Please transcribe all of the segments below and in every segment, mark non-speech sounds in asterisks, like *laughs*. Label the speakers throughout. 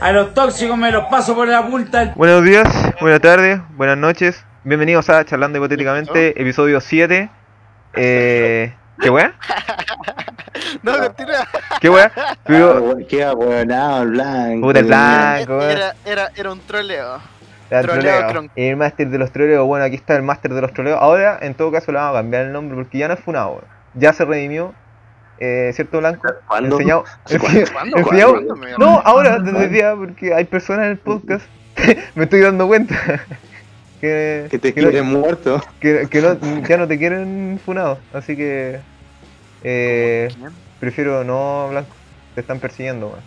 Speaker 1: A los tóxicos me los paso por la punta.
Speaker 2: Buenos días, buenas tardes, buenas noches. Bienvenidos a Charlando Hipotéticamente, episodio 7. Eh, ¿Qué weá?
Speaker 3: No,
Speaker 2: Ah,
Speaker 3: continúa.
Speaker 2: ¿Qué weá? Pero,
Speaker 4: Ah, Qué abuelado, blanco.
Speaker 2: puta el blanco, weón.
Speaker 3: Era, era, era un troleo.
Speaker 2: Era
Speaker 3: troleo
Speaker 2: troleo.
Speaker 3: tronco.
Speaker 2: El máster de los troleos. Bueno, aquí está el máster de los troleos. Ahora, en todo caso, le vamos a cambiar el nombre porque ya no es Funado. weón. Ya se redimió. Eh, ¿Cierto, Blanco?
Speaker 4: ¿Cuándo?
Speaker 2: Enseñado-
Speaker 4: *laughs* ¿Cuándo?
Speaker 3: ¿Cuándo?
Speaker 2: Enseñado-
Speaker 3: ¿Cuándo? ¿Cuándo, mierda?
Speaker 2: No, ahora, desde el día, porque hay personas en el podcast, *laughs* me estoy dando cuenta *laughs* que,
Speaker 4: Que te
Speaker 2: no-
Speaker 4: quieren muerto.
Speaker 2: que- que no- ya no te quieren funado, así que eh,
Speaker 3: ¿Quién?
Speaker 2: prefiero no, Blanco, te están persiguiendo, man.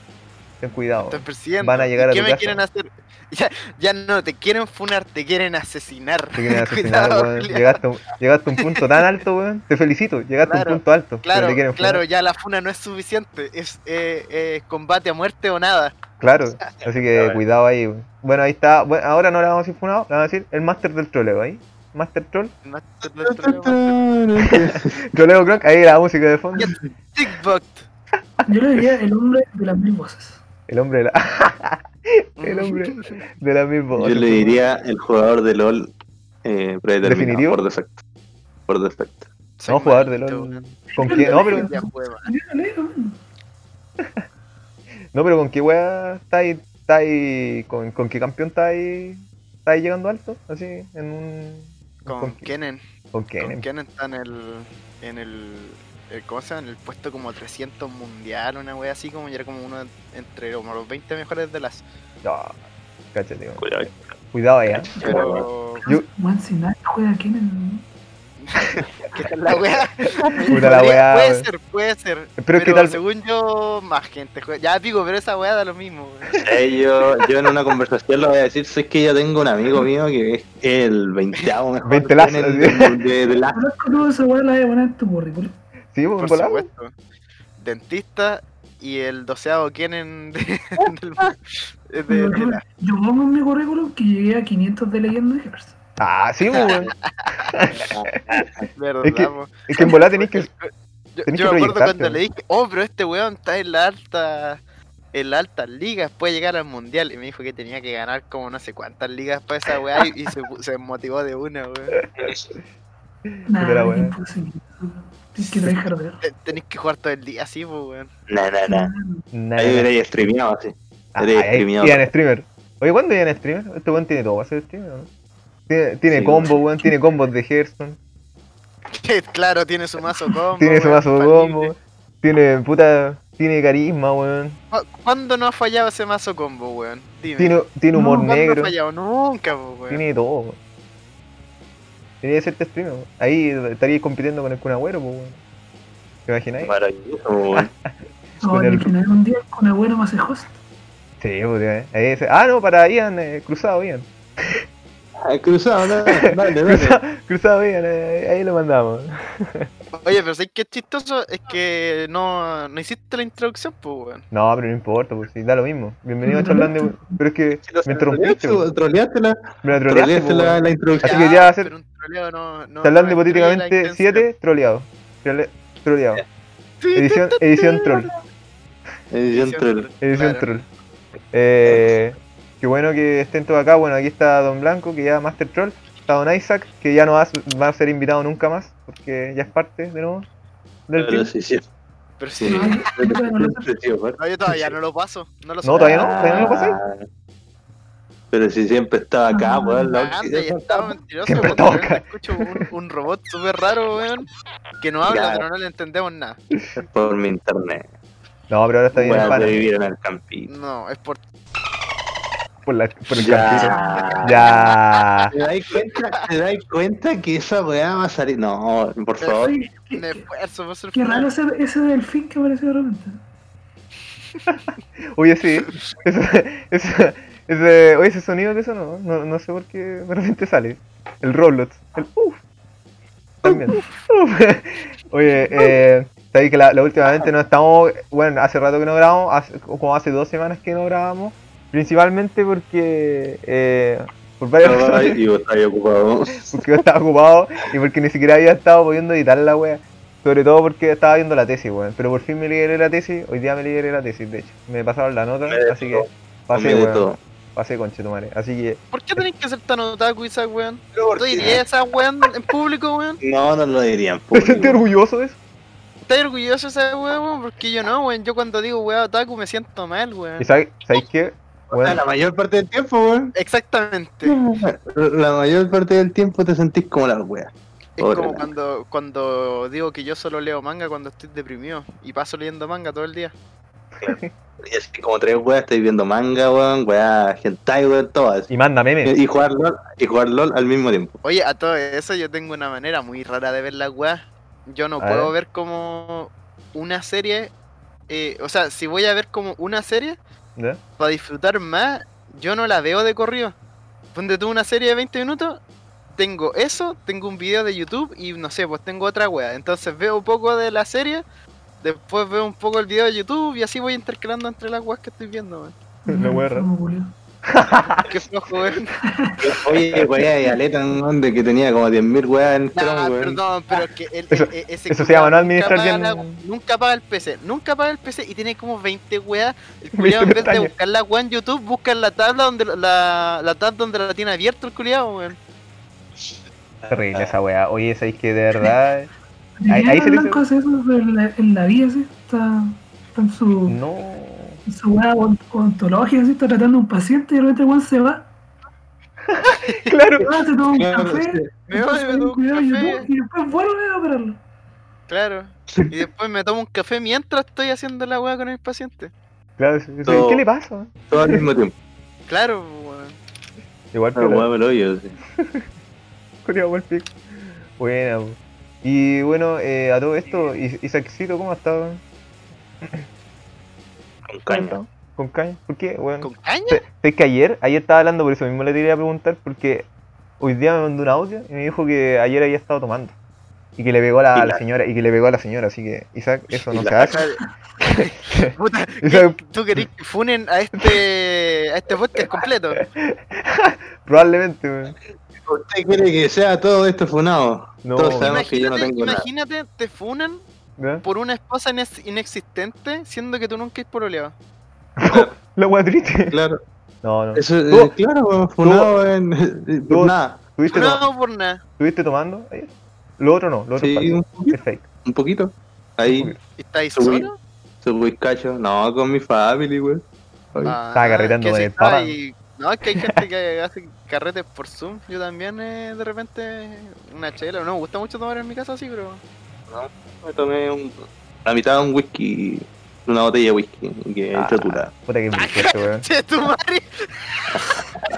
Speaker 2: ten cuidado.
Speaker 3: Están persiguiendo.
Speaker 2: Van a llegar a
Speaker 3: ¿Qué
Speaker 2: tu
Speaker 3: me
Speaker 2: casa.
Speaker 3: quieren hacer? *laughs* Ya, ya no, te quieren funar, te quieren asesinar.
Speaker 2: Te
Speaker 3: *laughs*
Speaker 2: quieren asesinar,
Speaker 3: Cuidado,
Speaker 2: weón.
Speaker 3: culiao.
Speaker 2: Llegaste, a un- llegaste a un punto tan alto, weón. Te felicito, llegaste a
Speaker 3: Claro,
Speaker 2: un punto alto. pero
Speaker 3: Claro,
Speaker 2: te quieren funar.
Speaker 3: claro, ya la funa no es suficiente. Es eh, eh, combate a muerte o nada. *laughs*
Speaker 2: Claro, así que cuidado ahí. güey. Bueno, ahí está. Bueno, ahora no le vamos a decir funado, le vamos a decir el máster del troleo ahí. Master troll,
Speaker 3: No te- no te- no te-
Speaker 2: troleo croc, ahí la música de fondo.
Speaker 3: Tickbot.
Speaker 5: Yo le diría el hombre de las mil voces.
Speaker 2: El hombre de
Speaker 3: *laughs*
Speaker 2: la, el hombre de la misma.
Speaker 4: Yo le diría el jugador de LOL eh, predeterminado,
Speaker 2: ¿Definitivo?
Speaker 4: por defecto. Por defecto.
Speaker 3: Soy
Speaker 2: No, jugador de
Speaker 3: malito,
Speaker 2: LOL.
Speaker 3: weón.
Speaker 2: ¿Con quién? No, pero,
Speaker 3: Ya jugué, weón.
Speaker 5: Yo le digo, man.
Speaker 2: no, pero ¿con qué wea está ahí? Está ahí con, ¿Con qué campeón está ahí? ¿Está ahí llegando alto? Así, en un.
Speaker 3: Con Kennen.
Speaker 2: ¿Con
Speaker 3: Con
Speaker 2: quién?
Speaker 3: Kennen está en el. En el eh, ¿Cómo se llama? En el puesto como 300 mundial, una wea así, como ya era como uno entre como los 20 mejores de las.
Speaker 2: No, cáchate, güey.
Speaker 4: Cuidado.
Speaker 2: Cuidado ahí, ¿eh?
Speaker 3: *laughs* Pero.
Speaker 2: Yo-
Speaker 5: Juan, si nadie juega aquí en el.
Speaker 3: ¿Qué tal la wea?
Speaker 2: Puta la
Speaker 3: Podría-
Speaker 2: wea,
Speaker 3: Puede
Speaker 2: weón.
Speaker 3: ser, puede ser.
Speaker 2: Pero
Speaker 3: Pero,
Speaker 2: es que tal.
Speaker 3: según yo, más gente juega. Ya digo, pero esa weá da lo mismo.
Speaker 2: *laughs*
Speaker 3: weón.
Speaker 4: Eh, yo, yo en una conversación le voy a decir, si es que yo tengo un amigo mío que es el veinteavo mejor
Speaker 2: Veintelazo,
Speaker 4: del-
Speaker 2: sí.
Speaker 4: del- de, de
Speaker 2: Ah.
Speaker 4: la-
Speaker 5: Conozco todo esa weá, la voy a poner en tu currículum.
Speaker 2: Sí, un
Speaker 3: Por
Speaker 2: volado.
Speaker 3: supuesto. Dentista y el doceavo Kennen de, *laughs*
Speaker 2: *laughs*
Speaker 3: del- de- de la-
Speaker 5: Yo pongo en mi currículum que llegué a 500 de leyenda de Hearthstone.
Speaker 2: Ah, sí, güey.
Speaker 3: verdad,
Speaker 2: Es que-
Speaker 3: po.
Speaker 2: Es
Speaker 3: *laughs*
Speaker 2: que en volada Ah, tenés que.
Speaker 3: Yo,
Speaker 2: tenés
Speaker 3: yo
Speaker 2: que
Speaker 3: me acuerdo
Speaker 2: proyectarte,
Speaker 3: cuando le dije, oh, pero este weón está en la alta. En la alta liga, puede llegar al mundial. Y me dijo que tenía que ganar como no sé cuántas ligas para esa weá. Y, y se, pu- se motivó de una, weón.
Speaker 2: Puta la
Speaker 5: Nada,
Speaker 2: weá.
Speaker 5: es imposible. Tienes que traer jardín.
Speaker 3: Te- Tenés que jugar todo el día así, pues, weón. *laughs*
Speaker 4: Na, na, na.
Speaker 2: Nah,
Speaker 4: Ahí
Speaker 2: nah.
Speaker 4: hubiera streameado así.
Speaker 2: Ah,
Speaker 4: Eres
Speaker 2: ahí-
Speaker 4: streameado.
Speaker 2: Ian Streamer. Oye, ¿cuándo Ian Streamer? Este weón tiene todo para ser streamer, ¿no? Tiene, tiene
Speaker 4: Sí,
Speaker 2: combo, weón, tiene combos de Hearthstone,
Speaker 3: Que, claro, tiene su mazo *laughs* combo.
Speaker 2: tiene su
Speaker 3: weón,
Speaker 2: mazo
Speaker 3: infalible.
Speaker 2: combo, tiene puta, tiene carisma, weón,
Speaker 3: ¿Cu- ¿Cuándo no ha fallado ese mazo combo, weón? Dime.
Speaker 2: tiene, tiene
Speaker 5: No,
Speaker 2: humor
Speaker 3: ¿Cuándo
Speaker 2: negro,
Speaker 3: ha fallado? Nunca, po, weón.
Speaker 2: tiene de todo, weón. Tiene que serte streamer, weón. Ahí estaríais compitiendo con el Kun Agüero, pues, weón. ¿Te imagináis?
Speaker 4: Maravilloso, weón.
Speaker 2: Con el-
Speaker 5: Oye, que no hay un día con una buena más host.
Speaker 2: Sí, pues, eh. Ahí dice, ah, no, para Ian, eh, cruzado Ian,
Speaker 4: Ah, Cruzado, no, dale, dale.
Speaker 2: cruzado, cruzado Ian, eh, ahí lo mandamos.
Speaker 3: Oye, pero ¿sabes qué es chistoso? Es que no, no hiciste la introducción, pues, weón.
Speaker 2: No, pero no importa, pues, sí, da lo mismo.
Speaker 4: *laughs*
Speaker 2: Bienvenido a charlando, pero es que *laughs* me interrumpiste, weón.
Speaker 4: Troleaste la,
Speaker 2: me la troleaste,
Speaker 4: troleaste
Speaker 2: pues, weón.
Speaker 4: la, la introducción.
Speaker 2: Así que ya va a ser-
Speaker 3: pero un troleo no- no-
Speaker 2: Charlando
Speaker 3: no destruye la
Speaker 2: hipotéticamente
Speaker 3: intención.
Speaker 2: 7, troleado. Trole- troleado.
Speaker 3: Sí,
Speaker 4: *laughs*
Speaker 2: Edición, edición troll.
Speaker 4: Edición troll.
Speaker 2: Edición
Speaker 3: Claro.
Speaker 2: troll. Eh, qué bueno que estén todos acá. Bueno, aquí está Don Blanco, que ya Master Troll. Está Don Isaac, que ya no va, a- va a ser invitado nunca más, porque ya es parte de nuevo del
Speaker 4: Pero
Speaker 2: team.
Speaker 4: sí, sí.
Speaker 3: Pero sí.
Speaker 4: Sí.
Speaker 3: No, yo todavía no lo paso. No lo
Speaker 2: No, todavía no,
Speaker 4: Ah,
Speaker 2: todavía no lo pasé.
Speaker 4: Pero si siempre estaba acá, weón. la
Speaker 3: Ah,
Speaker 4: última-
Speaker 3: anda, ya estaba mentiroso,
Speaker 2: Siempre
Speaker 3: porque
Speaker 2: toca.
Speaker 3: Escucho un, un robot súper raro, weón, que no habla,
Speaker 4: Ya.
Speaker 3: pero no le entendemos nada.
Speaker 4: por mi internet.
Speaker 2: No, pero ahora está bien
Speaker 4: Voy
Speaker 2: el
Speaker 4: a
Speaker 2: pana,
Speaker 4: vivir en el campito.
Speaker 3: No, es por
Speaker 2: por, la, por el campito.
Speaker 4: Ya.
Speaker 2: Ya.
Speaker 4: *laughs* ¿Te dais cuenta, te dais cuenta que esa weá va a salir? No, por favor.
Speaker 5: Oye, qué-
Speaker 3: me
Speaker 5: qué-
Speaker 3: esfuerzo por ser
Speaker 5: Qué
Speaker 3: funado.
Speaker 5: raro ese, ese delfín que apareció
Speaker 2: *laughs*
Speaker 5: de repente.
Speaker 2: Oye, sí. Eso, eso- ese, oye, ese sonido que sonó, no, no sé por qué de repente sale. El Roblox. El uff. También. Uf. *laughs* Oye, eh, sabéis que la, la últimamente no estamos. Bueno, hace rato que no grabamos, hace- como hace dos semanas que no grabamos. Principalmente porque. eh, por varias
Speaker 4: Ay,
Speaker 2: razones.
Speaker 4: Y vos
Speaker 2: *laughs*
Speaker 4: estáis ocupado.
Speaker 2: Porque yo estaba ocupado y porque ni siquiera había estado pudiendo editar la wea. Sobre todo porque estaba viendo la tesis, weón. Pero por fin me liberé la tesis. Hoy día me liberé la tesis, de hecho. Me pasaron la nota,
Speaker 4: Me
Speaker 2: así que Pasé,
Speaker 4: come de
Speaker 2: weón.
Speaker 4: todo.
Speaker 2: Pasé, conchetumare. Así que,
Speaker 3: ¿Por qué tenés que ser tan otaku esa weón? ¿Tú dirías esa weón en público, weón?
Speaker 4: No, no lo
Speaker 2: *laughs*
Speaker 4: dirían.
Speaker 2: ¿te
Speaker 4: público.
Speaker 2: sentí orgulloso de eso?
Speaker 3: ¿Estás orgulloso de esa weón, weón? Porque yo no, weón. Yo cuando digo weón otaku me siento mal, weón.
Speaker 2: ¿Y sabes, sabes qué?
Speaker 4: Ah,
Speaker 2: Weón,
Speaker 4: La mayor parte del tiempo, weón.
Speaker 3: Exactamente.
Speaker 4: La mayor parte del tiempo te sentís como la wea.
Speaker 3: Es
Speaker 4: Pobre
Speaker 3: como
Speaker 4: Blanca.
Speaker 3: cuando, cuando digo que yo solo leo manga cuando estoy deprimido y paso leyendo manga todo el día.
Speaker 4: Y es que como tres weas, estoy viendo manga, weón, wea, hentai, weón, todas.
Speaker 2: y manda memes.
Speaker 4: Y, y jugar LOL, y jugar LOL al mismo tiempo.
Speaker 3: Oye, a todo eso yo tengo una manera muy rara de ver las weas. Yo no
Speaker 2: A
Speaker 3: puedo ver como una serie. eh, o sea, si voy a ver como una serie,
Speaker 2: ¿Ya?
Speaker 3: para disfrutar más, yo no la veo de corrido. Ponte tú una serie de 20 minutos, tengo eso, tengo un video de YouTube y no sé, pues tengo otra wea. Entonces veo un poco de la serie, después veo un poco el video de YouTube y así voy intercalando entre las weas que estoy viendo, weón.
Speaker 2: La wea rara.
Speaker 5: Como culiao.
Speaker 3: Qué flojo, weón.
Speaker 4: Oye, wea, y Aleta, weón, de que tenía como 10.000 weas en
Speaker 3: Nah,
Speaker 4: Chrome, weón.
Speaker 3: Ah, perdón, pero es que el-
Speaker 2: Ah, Eso-
Speaker 3: el- ese
Speaker 2: Eso se
Speaker 3: culiao
Speaker 2: llama no
Speaker 3: nunca
Speaker 2: administrar
Speaker 3: paga
Speaker 2: bien.
Speaker 3: la- Nunca paga el PC, nunca paga el PC y tiene como 20 weas.
Speaker 2: *laughs*
Speaker 3: El culiado en vez de
Speaker 2: pestañas.
Speaker 3: buscar la wea en YouTube, busca en la tabla donde la- la, la tab donde la tiene abierto el culiado, weón.
Speaker 2: Terrible esa weá. Oye, sabéis que de
Speaker 4: *laughs*
Speaker 2: verdad. Ahí-
Speaker 5: Deberían
Speaker 2: ahí se le-
Speaker 5: hablar cosas de esas en la, en la vida, así, está, está en su,
Speaker 2: No.
Speaker 5: en su weá ont- ontológica, así, está tratando a un paciente y de repente weón se va, se
Speaker 2: Claro.
Speaker 5: va, se toma
Speaker 4: *laughs*
Speaker 5: un
Speaker 4: Claro,
Speaker 5: café,
Speaker 4: sí.
Speaker 3: Me voy,
Speaker 5: empieza
Speaker 3: me
Speaker 5: a
Speaker 3: tomo un
Speaker 5: ver cuidado de
Speaker 3: café,
Speaker 5: YouTube y después vuelve a operarlo.
Speaker 3: claro. Y después me tomo un café mientras estoy haciendo la weá con el paciente.
Speaker 2: Claro, eso- eso-
Speaker 4: Todo.
Speaker 2: ¿Qué le pasa?
Speaker 4: Todo al mismo tiempo.
Speaker 3: Claro, weón.
Speaker 2: Igual
Speaker 4: Ah,
Speaker 2: pero
Speaker 4: weón, me lo oye, sí.
Speaker 2: culiao, buen pico. Buena, po. Y bueno, eh, a todo esto, Is- Isaacito, ¿cómo ha estado?
Speaker 4: Con caña.
Speaker 2: ¿Con caña? ¿Por qué? Bueno,
Speaker 3: ¿Con caña?
Speaker 2: sé, sé que ayer, ayer estaba hablando, por eso mismo le quería preguntar, porque hoy día me mandó un audio y me dijo que ayer había estado tomando. Y que le pegó a la,
Speaker 4: Y
Speaker 2: a la
Speaker 4: la-
Speaker 2: señora, y que le pegó a la señora, así que, Isaac, eso
Speaker 4: Y
Speaker 2: no
Speaker 4: la-
Speaker 2: se hace. *laughs*
Speaker 3: Puta,
Speaker 2: Esa-
Speaker 3: ¿qué- ¿Tú querés que funen a este, a este podcast completo?
Speaker 2: Probablemente, weón.
Speaker 4: ¿Usted quiere que sea todo esto funado?
Speaker 2: No.
Speaker 4: Todos sabemos que yo no
Speaker 3: Imagínate,
Speaker 4: tengo nada.
Speaker 3: imagínate, te funan
Speaker 2: ¿Ya?
Speaker 3: por una esposa ines- inexistente siendo que tú nunca has pololeado.
Speaker 2: La wea
Speaker 4: *laughs*
Speaker 2: triste.
Speaker 4: Claro,
Speaker 2: No, no.
Speaker 4: eso, eh,
Speaker 2: Tú-
Speaker 4: claro, weón, funado en.
Speaker 2: tú-
Speaker 4: *laughs* por nada.
Speaker 2: ¿Estuviste, to-
Speaker 3: No, por nada.
Speaker 2: estuviste tomando ayer? Lo otro no, lo otro
Speaker 4: Sí,
Speaker 2: es falso.
Speaker 4: un poquito.
Speaker 2: Es fake.
Speaker 4: Un poquito. Ahí,
Speaker 3: ¿Y ¿Estáis
Speaker 4: Subí.
Speaker 3: solo?
Speaker 4: su cacho. No, con mi family, weón. Oye,
Speaker 3: Ah,
Speaker 2: carreteando
Speaker 3: que
Speaker 2: con
Speaker 3: sí,
Speaker 2: el papá.
Speaker 3: ay, No, es que hay gente que *laughs* hace carretes por Zoom. Yo también eh, de repente una chela. No, me gusta mucho tomar en mi casa así, pero... *laughs*
Speaker 4: Me tomé un, la mitad de un whisky, una botella de whisky, que
Speaker 2: Ah.
Speaker 4: he tratulada.
Speaker 2: Puta que me fuerte, weón.
Speaker 3: Che, tu madre.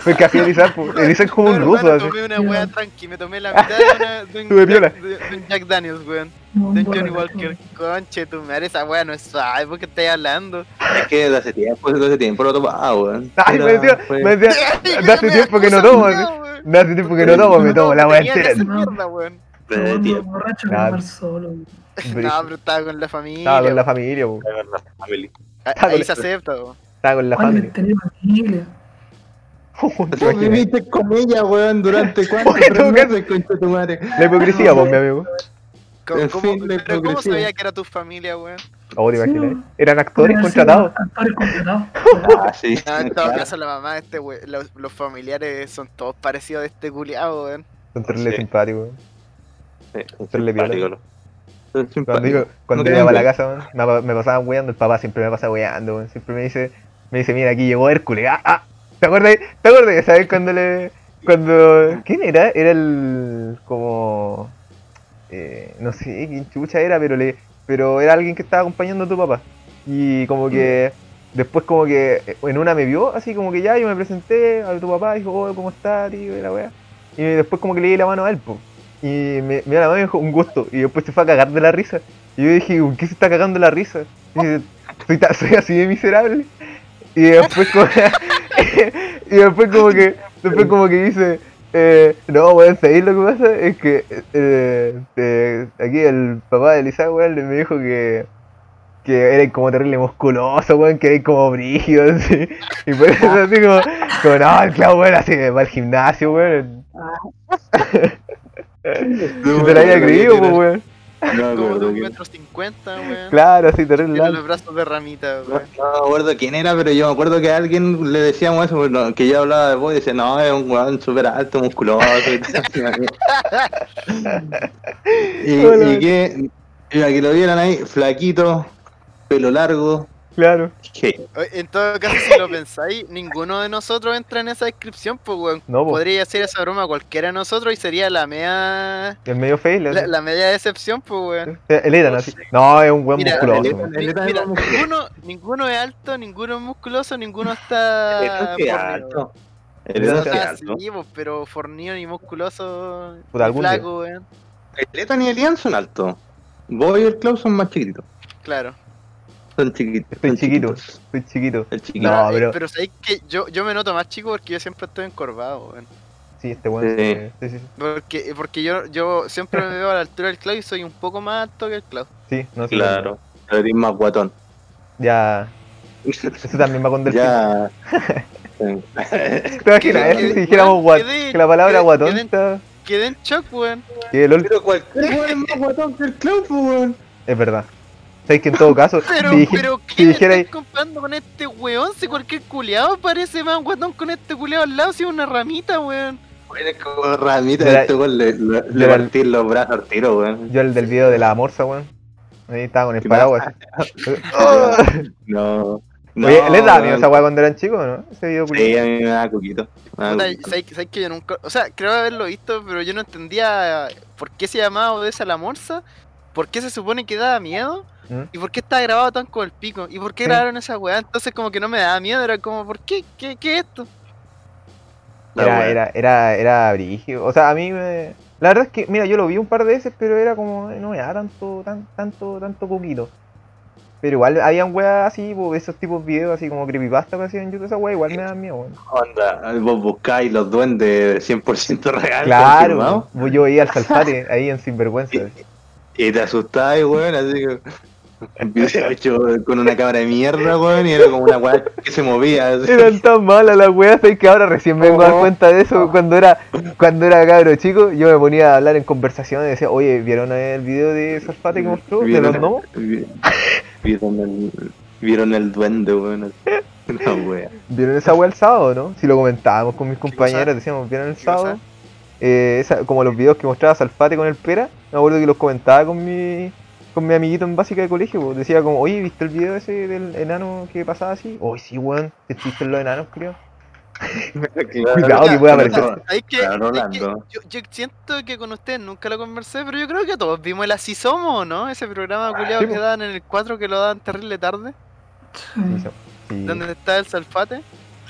Speaker 2: Porque así el Isaac, po. el Isaac es *laughs* como
Speaker 3: No,
Speaker 2: un
Speaker 3: hermano,
Speaker 2: ruso, así.
Speaker 3: tomé una weá tranqui, me tomé la mitad de, una, de,
Speaker 2: *laughs*
Speaker 3: un,
Speaker 2: Tuve
Speaker 3: Jack,
Speaker 2: piola.
Speaker 3: de- de un Jack Daniels, weón.
Speaker 5: No,
Speaker 3: De un
Speaker 5: bueno,
Speaker 3: Johnny Walker. Conche, tu madre, esa weá no es suave, ¿por qué estás
Speaker 2: *laughs*
Speaker 3: hablando? *laughs*
Speaker 4: Es que desde hace tiempo, desde hace tiempo lo tomaba, weón.
Speaker 2: Ay, me
Speaker 4: Era-
Speaker 2: decía,
Speaker 4: fue-
Speaker 2: me decía, Date tiempo que
Speaker 3: *laughs*
Speaker 2: no tomo, así. No hace tiempo que no tomo, me tomo la weá entera.
Speaker 5: No.
Speaker 3: No,
Speaker 4: fue
Speaker 2: Eh,
Speaker 4: de
Speaker 5: Todo
Speaker 4: tiempo,
Speaker 5: borracho
Speaker 2: Claro.
Speaker 5: a tomar solo. güey.
Speaker 3: pero estaba con la familia.
Speaker 2: Estaba con la familia, po.
Speaker 4: la verdad, family.
Speaker 3: Ah,
Speaker 2: estaba
Speaker 3: Ahí
Speaker 2: con
Speaker 3: se
Speaker 2: la- *laughs*
Speaker 3: acepta, weón.
Speaker 2: Estaba con la
Speaker 5: Oye,
Speaker 2: familia.
Speaker 5: tener familia.
Speaker 2: *laughs* ¿Te imaginas?
Speaker 4: con ella, weón, durante cuánto
Speaker 2: Oye, tú, ¿qué?
Speaker 4: concha tu madre.
Speaker 2: La hipocresía, po, mi amigo.
Speaker 3: ¿Cómo,
Speaker 4: En
Speaker 3: cómo,
Speaker 4: fin, la
Speaker 3: pero ¿Cómo
Speaker 4: hipocresía.
Speaker 3: sabía que era tu familia, weón?
Speaker 2: Oh, te
Speaker 5: Sí,
Speaker 2: imaginas.
Speaker 5: po.
Speaker 2: Eran actores
Speaker 5: Podrían ser
Speaker 2: contratados.
Speaker 5: Actores
Speaker 2: *laughs*
Speaker 5: contratados.
Speaker 4: Ah, sí.
Speaker 3: No,
Speaker 4: *laughs*
Speaker 3: en todo caso, la mamá de este we- los, los familiares son todos parecidos de este culiado, weón.
Speaker 2: Son terrible
Speaker 4: Sí.
Speaker 2: simpáticos, weón.
Speaker 4: Son
Speaker 2: le viola.
Speaker 4: simpáticos, son
Speaker 2: Cuando,
Speaker 4: simpáticos.
Speaker 2: digo, cuando
Speaker 4: te
Speaker 2: llegaba a la
Speaker 4: dan
Speaker 2: casa, weón, me, pa- me pasaban weando, el papá siempre me pasa weando, weón. Siempre me dice, me dice, mira, aquí llegó Hércules. Ah, ah. ¿Te acuerdas? ¿Te acuerdas? ¿Sabes cuando le... Cuando... ¿Quién era? Era el... como... eh, no sé quién chucha era, pero le... Pero era alguien que estaba acompañando a tu papá. Y como que... Después como que eh, en una me vio, así como que ya, yo me presenté a tu papá, dijo, oh, ¿cómo está, tío? Y la weá. Y después como que le di la mano a él, po. Y me, me dio la mano y me dijo, un gusto. Y después se fue a cagar de la risa. Y yo dije, ¿con qué se está cagando la risa? Y dice, soy, ta- soy así de miserable. Y después como, *laughs* y después como que después como que dice, eh, no, weón, ¿sabéis lo que pasa? Es que eh, eh, aquí el papá de Isaac, weón, me dijo que, que eres como terrible musculoso, weón, que eres como brígido, *laughs* así. Y por eso así como, como no, el clavo, weón, así va al gimnasio, weón.
Speaker 4: No,
Speaker 2: Y te la había
Speaker 4: no,
Speaker 2: creído,
Speaker 4: no,
Speaker 2: pues, weón.
Speaker 4: No me
Speaker 3: Como de
Speaker 4: acuerdo
Speaker 3: un
Speaker 4: quién.
Speaker 2: *laughs*
Speaker 3: metro cincuenta, weón.
Speaker 2: Claro, así, terrible.
Speaker 3: Tiene los
Speaker 2: largo.
Speaker 3: brazos de ramita,
Speaker 4: No,
Speaker 3: weón.
Speaker 4: no me acuerdo quién era, pero yo me acuerdo que a alguien le decíamos eso, bueno, que yo hablaba de vos y decía, no, es un weón súper alto, musculoso. y tal.
Speaker 2: *laughs*
Speaker 4: y,
Speaker 2: Hola.
Speaker 4: y que, mira, que lo vieran ahí, flaquito, pelo largo.
Speaker 2: Claro.
Speaker 4: que-
Speaker 3: Oye, En todo caso, si lo pensáis, ninguno de nosotros entra en esa descripción, pues, weón.
Speaker 2: No, po.
Speaker 3: Podría hacer esa broma cualquiera de nosotros y sería la media.
Speaker 2: El medio fail.
Speaker 3: La, la media decepción, pues, weón.
Speaker 2: Eh, El Edan,
Speaker 3: no
Speaker 2: así. No, es un buen
Speaker 3: Mira,
Speaker 2: musculoso.
Speaker 4: el-
Speaker 2: man.
Speaker 3: Ni-
Speaker 4: neta es
Speaker 3: mira,
Speaker 4: más musculoso.
Speaker 3: ninguno, ninguno es alto, ninguno es musculoso, ninguno
Speaker 4: Esto
Speaker 3: está.
Speaker 4: que
Speaker 3: fornido, weón.
Speaker 4: alto. El
Speaker 2: Esto
Speaker 3: O
Speaker 4: Ethan
Speaker 2: que
Speaker 4: es
Speaker 3: sea,
Speaker 4: alto.
Speaker 3: sí, pues, pero fornido ni musculoso. ni
Speaker 2: Puta, algún día.
Speaker 3: flaco, weón.
Speaker 4: El Ethan y el Ian son altos. Vos y el Klaus son más chiquititos.
Speaker 3: Claro.
Speaker 4: Son chiquitos.
Speaker 2: Estoy
Speaker 4: son
Speaker 2: chiquito.
Speaker 4: chiquitos.
Speaker 2: Soy chiquito.
Speaker 4: El chiquito.
Speaker 2: No,
Speaker 3: eh,
Speaker 2: pero-
Speaker 3: pero sabéis que yo, yo me noto más chico porque yo siempre estoy encorvado, weón.
Speaker 2: Sí, este weón.
Speaker 4: Sí.
Speaker 2: eh, Sí, sí, sí.
Speaker 3: Porque, porque yo, yo siempre me veo a la altura del Clau y soy un poco más alto que el Clau.
Speaker 2: Sí, no sí,
Speaker 4: Claro. Pero eres más *laughs* guatón.
Speaker 2: Ya. Eso también va con delfín. *laughs*
Speaker 4: Ya.
Speaker 2: ¿Te imaginas?
Speaker 4: Quedé-
Speaker 2: eh? Si dijéramos guatón.
Speaker 3: quedé-
Speaker 2: Que la palabra
Speaker 3: quedé-
Speaker 2: guatón
Speaker 3: quedé-
Speaker 2: está.
Speaker 3: Quedé en shock, weón.
Speaker 2: Que LOL
Speaker 4: Pero cualquier weón es más guatón que el Klaus, pues, weón.
Speaker 2: es verdad. Sabéis que en todo caso.
Speaker 3: Pero,
Speaker 2: si, dije- *laughs*
Speaker 3: pero ¿qué
Speaker 2: si
Speaker 3: me
Speaker 2: dijera ahí-
Speaker 3: estás comparando con este weón? Si cualquier culeado parece más guatón con este culeado al lado, si es una ramita, weón.
Speaker 4: Weón, es como ramita
Speaker 2: De
Speaker 4: de
Speaker 2: la-
Speaker 4: este weón. Le, le, le
Speaker 2: de la-
Speaker 4: partí los brazos al tiro,
Speaker 2: *laughs*
Speaker 4: weón.
Speaker 2: Yo el del video de la morsa, weón. Ahí estaba con el
Speaker 4: ¿Qué
Speaker 2: paraguas.
Speaker 4: Ah, No. no
Speaker 2: Oye, ¿les da miedo
Speaker 4: weón.
Speaker 2: esa weá cuando eran chicos o no? Ese video
Speaker 4: Sí,
Speaker 2: culiao.
Speaker 4: a mí me da coquito. me
Speaker 2: Ah,
Speaker 4: da
Speaker 3: Puta,
Speaker 4: coquito.
Speaker 3: ¿sabes, sabes que yo nunca. O sea, creo haberlo visto, pero yo no entendía eh, por qué se llamaba Odessa la Morsa, por qué se supone que daba miedo,
Speaker 2: ¿Mm?
Speaker 3: y por qué estaba grabado tan con el pico, y por qué
Speaker 2: Sí.
Speaker 3: grabaron esa weá. Entonces, como que no me daba miedo, era como, ¿por qué? ¿Qué, qué es esto?
Speaker 4: La
Speaker 2: Era,
Speaker 4: weá.
Speaker 2: era, era, era brígido. O sea, a mí me... La verdad es que, mira, yo lo vi un par de veces, pero era como, eh, no me da tanto, tan, tanto, tanto coquito. Pero igual habían weas así, po, esos tipos de videos así como creepypasta que hacían en YouTube, esa wea igual me dan miedo, weón.
Speaker 4: Onda, vos buscáis los duendes 100% real.
Speaker 2: Claro,
Speaker 4: confirmado,
Speaker 2: pues yo veía al Salfate ahí en Sinvergüenza.
Speaker 4: *laughs* Y te asustáis, weón,
Speaker 2: *laughs*
Speaker 4: así que. Un video hecho con una cámara de mierda, weón, y era como una weá que se movía. así.
Speaker 2: Eran tan malas las weas, ¿sabes? que ahora recién vengo a dar
Speaker 4: No.
Speaker 2: cuenta de eso. Cuando era cuando era cabro chico, yo me ponía a hablar en conversaciones y decía, oye, ¿vieron el video de Salfate que mostró? ¿De
Speaker 4: Mm. *laughs* ¿Vieron
Speaker 2: los
Speaker 4: el-
Speaker 2: gnomos?
Speaker 4: vi- *laughs* Vieron el, vieron el duende, weón. así. Una wea.
Speaker 2: ¿Vieron esa wea el sábado, no? Si lo comentábamos con mis
Speaker 3: cosa?
Speaker 2: compañeros, decíamos, ¿vieron el
Speaker 3: ¿Qué
Speaker 2: sábado?
Speaker 3: cosa?
Speaker 2: Eh, esa- como los videos que mostraba Salfate con el Pera, me acuerdo que los comentaba con mi, con mi amiguito en básica de colegio. po. Decía como, oye, ¿viste el video ese del enano que pasaba así? Oye, sí, weón, te estuviste en los enanos, creo. *laughs* Cuidado que puede aparecer.
Speaker 3: Hay que,
Speaker 4: Claro,
Speaker 3: hay que-
Speaker 4: Rolando.
Speaker 3: yo, yo siento que con ustedes nunca lo conversé, pero yo creo que todos vimos el Así Somos, ¿no? Ese programa culiado
Speaker 2: Ah, sí,
Speaker 3: que
Speaker 2: po.
Speaker 3: daban en el 4 que lo daban terrible tarde,
Speaker 5: Sí,
Speaker 2: Sí,
Speaker 3: donde está el salfate.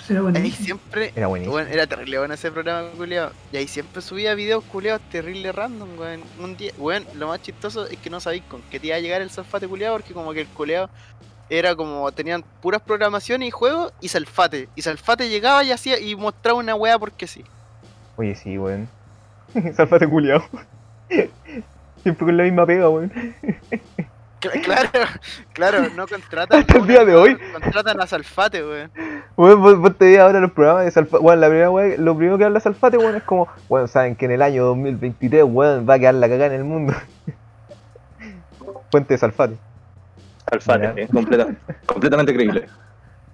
Speaker 5: sí, era
Speaker 3: Ahí
Speaker 5: buenísimo.
Speaker 3: siempre.
Speaker 2: era buenísimo.
Speaker 3: Bueno, era terrible bueno ese programa culiado. Y ahí siempre subía videos culiados terrible random, weón. Un día, weón, lo más chistoso es que no sabéis con qué te iba a llegar el salfate culiado, porque como que el culiado era como, tenían puras programaciones y juegos y salfate. Y salfate llegaba y hacía y mostraba una weá porque sí.
Speaker 2: Oye, sí, weón. *laughs* Salfate culiao. *laughs* Siempre con la misma pega, weón. *laughs*
Speaker 3: Cla- Claro, claro, no contratan.
Speaker 2: Hasta el
Speaker 3: una,
Speaker 2: día de hoy.
Speaker 3: Contratan a Salfate, weón.
Speaker 2: Weón, vos, vos te veías ahora los programas de Salfate. Weón, la primera weá, lo primero que habla Salfate, weón, es como, weón, saben que en el año 2023, weón, va a quedar la cagada en el mundo. *laughs* Puente de Salfate.
Speaker 4: Alfaro,
Speaker 2: Mira.
Speaker 4: eh, completa-
Speaker 2: *laughs*
Speaker 4: completamente creíble.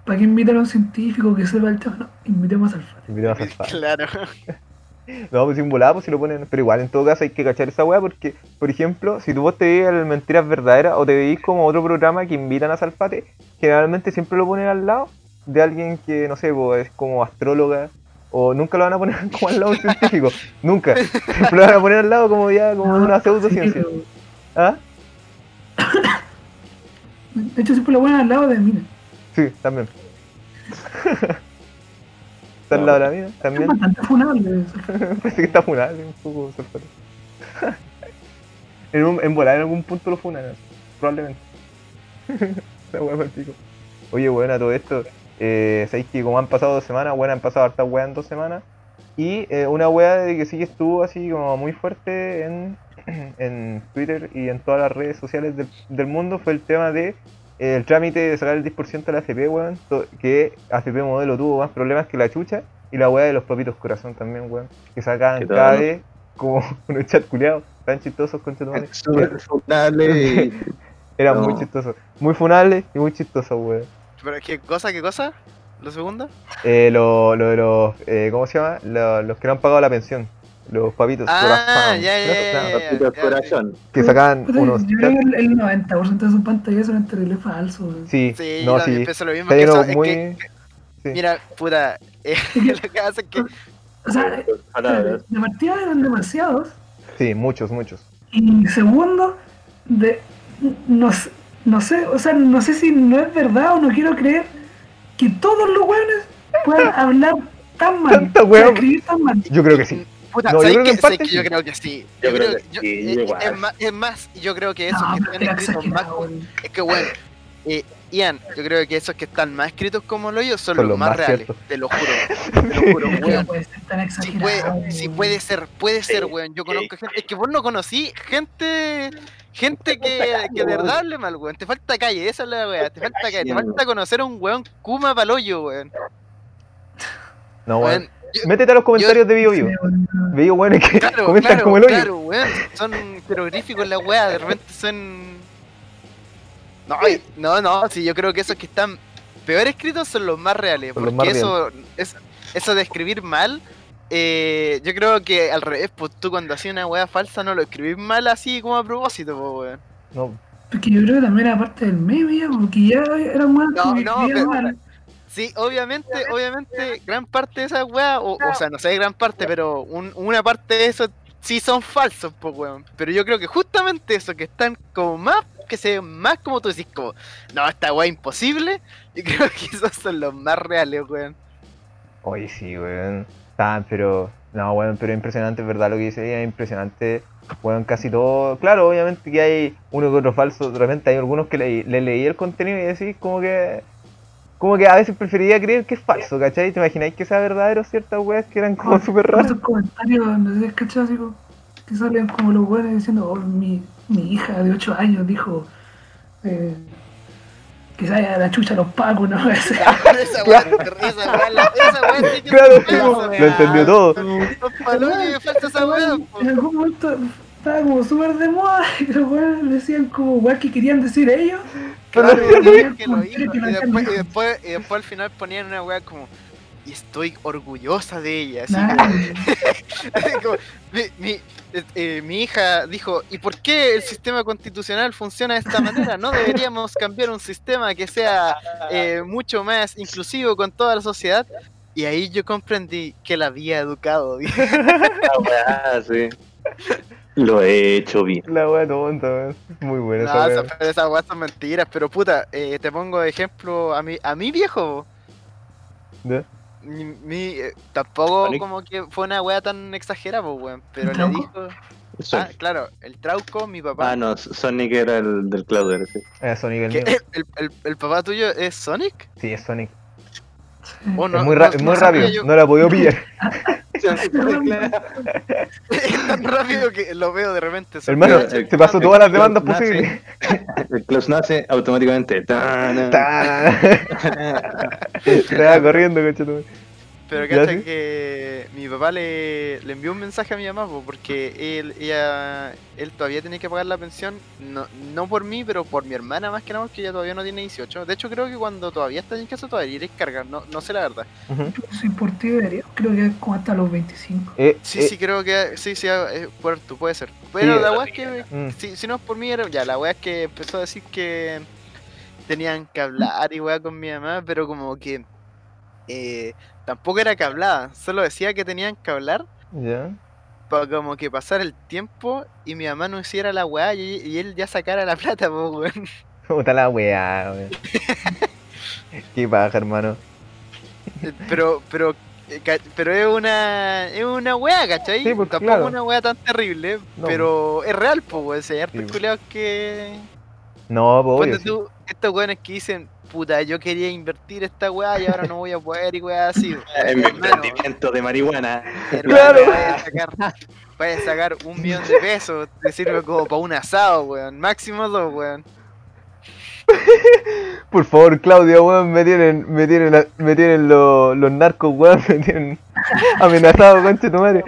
Speaker 5: ¿Para qué invitar a un científico que sepa el tema? No, invitemos al Fate.
Speaker 2: Invitamos a Salfate.
Speaker 3: Claro. *laughs*
Speaker 2: No, pues sin volada, pues si lo ponen. Pero igual, en todo caso, hay que cachar esa weá porque, por ejemplo, si tú vos te veías el Mentiras Verdaderas o te veís como otro programa que invitan a Salfate, generalmente siempre lo ponen al lado de alguien que, no sé, pues, es como astróloga o nunca lo van a poner *laughs* como al lado de un científico. nunca. *laughs* Siempre lo van a poner al lado como ya, como de una pseudociencia.
Speaker 5: Sí,
Speaker 2: ¿Ah?
Speaker 5: pero- De hecho, siempre lo ponen al lado de Mina.
Speaker 2: Sí, también. Está al lado de la mina,
Speaker 5: Es
Speaker 2: también.
Speaker 5: bastante funable. eso.
Speaker 2: *laughs* Parece que está funado, un poco Salfate. en, un, en volar en algún punto lo funan, así, probablemente. *laughs* La wea pa'l pico. Oye, bueno, a todo esto, eh, sabéis que como han pasado dos semanas, bueno, han pasado hartas weas en dos semanas. Y eh, una wea de que sí que estuvo así como muy fuerte en, *clears throat* en Twitter y en todas las redes sociales del, del mundo fue el tema de eh, el trámite de sacar el 10% de la AFP, weón. to- Que AFP modelo tuvo más problemas que la chucha. Y la wea de los papitos corazón también, weón. Que sacaban
Speaker 4: Que todo,
Speaker 2: cada
Speaker 4: ¿no?
Speaker 2: vez como *laughs* unos chat culiados, tan chistosos con
Speaker 4: Súper funable y-
Speaker 2: Era
Speaker 4: No.
Speaker 2: muy chistoso. Muy funable y muy chistoso, weón.
Speaker 3: Pero qué cosa, qué cosa? ¿Lo segundo?
Speaker 2: Eh, lo, lo de los. Eh, ¿Cómo se llama? Lo- los que no han pagado la pensión. Los papitos.
Speaker 3: Ah,
Speaker 2: corazón.
Speaker 3: ya, ya, ya,
Speaker 2: Claro,
Speaker 3: ya,
Speaker 2: claro,
Speaker 3: ya,
Speaker 4: Los
Speaker 3: ya,
Speaker 4: corazón.
Speaker 2: Que sacaban
Speaker 5: Puta,
Speaker 2: unos.
Speaker 5: Yo creo
Speaker 2: chats.
Speaker 5: que el, el 90% de sus pantallas eran terribles falsos. weón.
Speaker 2: Sí,
Speaker 3: Sí, yo
Speaker 2: no,
Speaker 3: también
Speaker 2: sí.
Speaker 3: pienso lo mismo
Speaker 2: Está
Speaker 3: que eso.
Speaker 2: lleno
Speaker 3: Es
Speaker 2: muy.
Speaker 3: que,
Speaker 2: sí.
Speaker 3: mira, puta, *laughs* eh, lo que hace es que
Speaker 5: O
Speaker 3: Eh,
Speaker 4: Eh,
Speaker 5: sea,
Speaker 4: Palabras.
Speaker 5: de partida eran demasiados.
Speaker 2: Sí, muchos, muchos.
Speaker 5: Y segundo, de, no, sé- no sé, o sea, no sé si no es verdad o no quiero creer que todos los hueones
Speaker 3: *laughs*
Speaker 5: puedan hablar tan mal,
Speaker 2: Tanto
Speaker 5: puedan
Speaker 2: hueón.
Speaker 5: escribir tan mal.
Speaker 2: Yo creo que sí.
Speaker 3: Mm, Puta,
Speaker 2: No, yo
Speaker 3: ¿sabes
Speaker 2: creo que
Speaker 3: qué?
Speaker 2: en
Speaker 3: ¿Sabes
Speaker 2: parte
Speaker 3: qué? yo
Speaker 2: sí.
Speaker 3: creo que sí.
Speaker 4: Yo creo que
Speaker 3: yo-
Speaker 4: sí,
Speaker 3: eh,
Speaker 4: yo
Speaker 3: eh,
Speaker 4: igual.
Speaker 3: es, más, es más, yo creo que esos
Speaker 5: No,
Speaker 3: que
Speaker 5: pero
Speaker 3: están
Speaker 5: era
Speaker 3: escritos más
Speaker 5: exagerado,
Speaker 3: como-
Speaker 5: weón.
Speaker 3: Es que bueno, eh, Ian, yo creo que esos que están más escritos como lo yo son, los, más, reales,
Speaker 2: ciertos.
Speaker 3: te
Speaker 2: *laughs*
Speaker 3: lo juro. Te lo juro,
Speaker 5: Es que no
Speaker 3: weón.
Speaker 5: puede ser tan
Speaker 3: Si
Speaker 5: exagerado.
Speaker 3: puede, si
Speaker 5: weón.
Speaker 3: puede ser, puede ser,
Speaker 4: Sí,
Speaker 3: weón. Yo
Speaker 4: sí.
Speaker 3: conozco gente. Es que vos no conocí gente. Gente que, que de verdad hable mal, weón. Te falta calle, esa es la weá. Te falta calle, te
Speaker 4: weón.
Speaker 3: falta conocer a un weón Kuma Paloyo, weón.
Speaker 2: No, weón.
Speaker 3: Weón,
Speaker 2: Métete a los comentarios de Bio
Speaker 5: Sí,
Speaker 2: Bio.
Speaker 5: weón, no.
Speaker 2: Bio, weón, es *laughs* que
Speaker 3: Claro,
Speaker 2: comentan
Speaker 3: claro,
Speaker 2: como el hoyo.
Speaker 3: claro, weón. Son jeroglíficos la weá, de repente son. No, y- no, no, sí, yo creo que esos que están peor escritos son los más reales.
Speaker 2: Son
Speaker 3: porque
Speaker 2: los más
Speaker 3: eso, es- eso de escribir mal, eh, yo creo que al revés, pues tú cuando hacías una weá falsa no lo escribís mal así como a propósito, pues weón.
Speaker 2: No,
Speaker 5: Porque yo creo que también era parte del meme, ya, porque ya eran hueones
Speaker 3: No,
Speaker 5: que
Speaker 3: no,
Speaker 5: escribían
Speaker 3: pero-
Speaker 5: mal.
Speaker 3: Sí, obviamente, obviamente, gran parte de esas weas, o, o sea, no sé gran parte, pero un- una parte de eso sí son falsos, po, weón. Pero yo creo que justamente eso, que están como más, que se ven más como tú decís, como, no, esta wea es imposible, yo creo que esos son los más reales, weón.
Speaker 2: Oye, sí, weón. Tan, pero. No, weón, pero impresionante, es ¿verdad? Lo que dice ella, impresionante. Weón, casi todo. Claro, obviamente que hay uno que otro falso. De repente hay algunos que le, le leí el contenido y decís como que. Como que a veces preferiría creer que es falso, ¿cachai? ¿Te imagináis que sea verdadero ciertas weas que eran como súper
Speaker 5: Como
Speaker 2: raras?
Speaker 5: Esos comentarios, no sé, ¿cachai? Así como que salen como los hueones diciendo, oh, mi, mi hija de 8 años dijo eh, que se vaya a la chucha a los pacos, ¿no? *laughs* O sea,
Speaker 3: Esa wea, esa wea, la- esa wea sí que
Speaker 2: Claro,
Speaker 3: es falsa,
Speaker 2: lo
Speaker 3: weón.
Speaker 2: entendió todo.
Speaker 3: Son palollos y falsas esas weas, po.
Speaker 5: En algún momento estaba como súper de moda *laughs* y los hueones decían como hueá que querían decir ellos.
Speaker 3: Claro,
Speaker 2: Pero-
Speaker 3: weón, tenían que lo
Speaker 5: Creo
Speaker 3: hizo,
Speaker 5: que
Speaker 3: y
Speaker 5: lo
Speaker 3: después-
Speaker 5: entendí.
Speaker 3: y después- Y después al final ponían una weá como y estoy orgullosa de ella. así *laughs*
Speaker 5: Nah,
Speaker 3: como- como, mi, mi- eh, eh, mi hija dijo, ¿y por qué el sistema constitucional funciona de esta manera? ¿No deberíamos cambiar un sistema que sea eh, mucho más inclusivo con toda la sociedad? Y ahí yo comprendí que la había educado. dije.
Speaker 4: Ah, weá, sí. Lo he hecho bien.
Speaker 2: La wea tonta, weón. Muy buena
Speaker 3: No,
Speaker 2: esa wea.
Speaker 3: esas esas weas son mentiras, pero puta, eh, te pongo de ejemplo a mi, a mi viejo.
Speaker 2: ¿Ya?
Speaker 3: Mi, mi- eh, tampoco
Speaker 4: Vale.
Speaker 3: como que fue una wea tan exagerada, pues, weón, pero le
Speaker 5: ¿Trauco?
Speaker 3: dijo... Ah,
Speaker 4: Sonic.
Speaker 3: claro, el trauco, mi papá.
Speaker 4: Ah, no, Sonic era el del Cloud. sí.
Speaker 2: Eh, Sonic el
Speaker 3: ¿Qué?
Speaker 2: mío.
Speaker 3: ¿El, el- el papá tuyo es Sonic?
Speaker 2: Sí, es Sonic.
Speaker 5: sí.
Speaker 3: ¿O
Speaker 2: es muy, ra- es muy
Speaker 3: sabía
Speaker 2: rápido,
Speaker 3: yo- *laughs*
Speaker 2: no la he podido *laughs* pillar.
Speaker 3: es tan rápido que lo veo de repente. Sonic.
Speaker 2: Hermano,
Speaker 4: eh,
Speaker 2: te paso
Speaker 4: eh,
Speaker 2: todas las demandas
Speaker 4: nace.
Speaker 2: posibles. *laughs*
Speaker 4: El Cloud nace automáticamente.
Speaker 2: *laughs*
Speaker 4: Tan,
Speaker 2: Ta. Te va corriendo, cachetón.
Speaker 3: Pero
Speaker 2: ¿Ya
Speaker 3: cacha
Speaker 2: sí?
Speaker 3: que mi papá le, le envió un mensaje a mi mamá po, porque él, ella, él todavía tiene que pagar la pensión, no, no por mí, pero por mi hermana más que nada, porque ella todavía no tiene 18. De hecho, creo que cuando todavía está en casa todavía iréis cargar, no, no sé la verdad.
Speaker 5: Sí, por ti debería, creo que es como hasta los 25.
Speaker 2: Eh,
Speaker 3: Sí,
Speaker 2: eh,
Speaker 3: sí, creo que sí, sí, es puerto, puede ser. Pero la weá es que
Speaker 2: mm.
Speaker 3: Si, si no es por mí, era, ya, la wea es que empezó a decir que tenían que hablar y wea con mi mamá, pero como que eh, tampoco era que hablaba, solo decía que tenían que hablar
Speaker 2: Ya. *laughs*
Speaker 3: para como que pasar el tiempo y mi mamá no hiciera la weá y, y él ya sacara la plata,
Speaker 2: *laughs*
Speaker 3: po, weón.
Speaker 2: Puta la weá,
Speaker 3: *laughs*
Speaker 2: weón. Qué paja, hermano.
Speaker 3: Eh, Pero, pero, eh, ca- pero es una, es una wea, ¿cachai?
Speaker 2: Sí, pues,
Speaker 3: tampoco
Speaker 2: claro.
Speaker 3: una wea tan terrible,
Speaker 2: No.
Speaker 3: pero es real, po, weón. Si hay hartos
Speaker 2: pues.
Speaker 3: culiados que,
Speaker 2: No, po, obvio,
Speaker 3: Ponte tú, estos weones que dicen, puta, yo quería invertir esta weá y ahora no voy a poder y weá así.
Speaker 4: *laughs* Es mi
Speaker 3: Hermano,
Speaker 4: emprendimiento de marihuana.
Speaker 3: hermano,
Speaker 2: Claro.
Speaker 3: Vaya a, sacar, vaya a sacar un millón de pesos, te sirve como para un asado, weón. Máximo dos, weón.
Speaker 2: sí. Por favor, Claudio, weón, *laughs* me tienen, me tienen, la- me tienen lo- los narcos, weón, me tienen Amenazado, conche tu madre.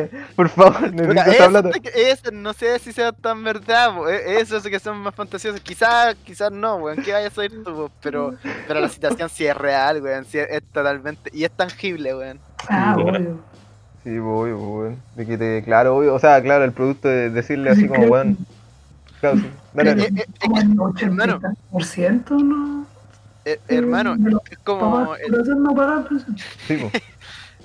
Speaker 2: *laughs* Por favor, necesito
Speaker 3: Puta,
Speaker 2: esa plata.
Speaker 3: eso, eso no sé si sea tan verdad, po. E- eso es que son más fantasiosos. Quizás, quizás no, weón. Que vaya a salir tú, po. pero, pero la situación sí es real, weón. Sí es, es totalmente. Y es tangible, weón.
Speaker 5: Ah,
Speaker 2: Sí,
Speaker 5: obvio.
Speaker 2: Sí, pues, obvio, pues, weón. De que te, claro, obvio. O sea, claro, el producto de decirle así como,
Speaker 3: *laughs*
Speaker 2: weón. Claro, sí. Dale,
Speaker 3: Eh,
Speaker 2: dale.
Speaker 3: eh, eh,
Speaker 5: Como el
Speaker 3: hermano.
Speaker 5: 80% no.
Speaker 3: eh, hermano,
Speaker 5: Pero
Speaker 3: es
Speaker 5: Como
Speaker 3: como. el-
Speaker 5: no pagar, pues.
Speaker 2: Sí,
Speaker 3: *laughs*
Speaker 2: pues.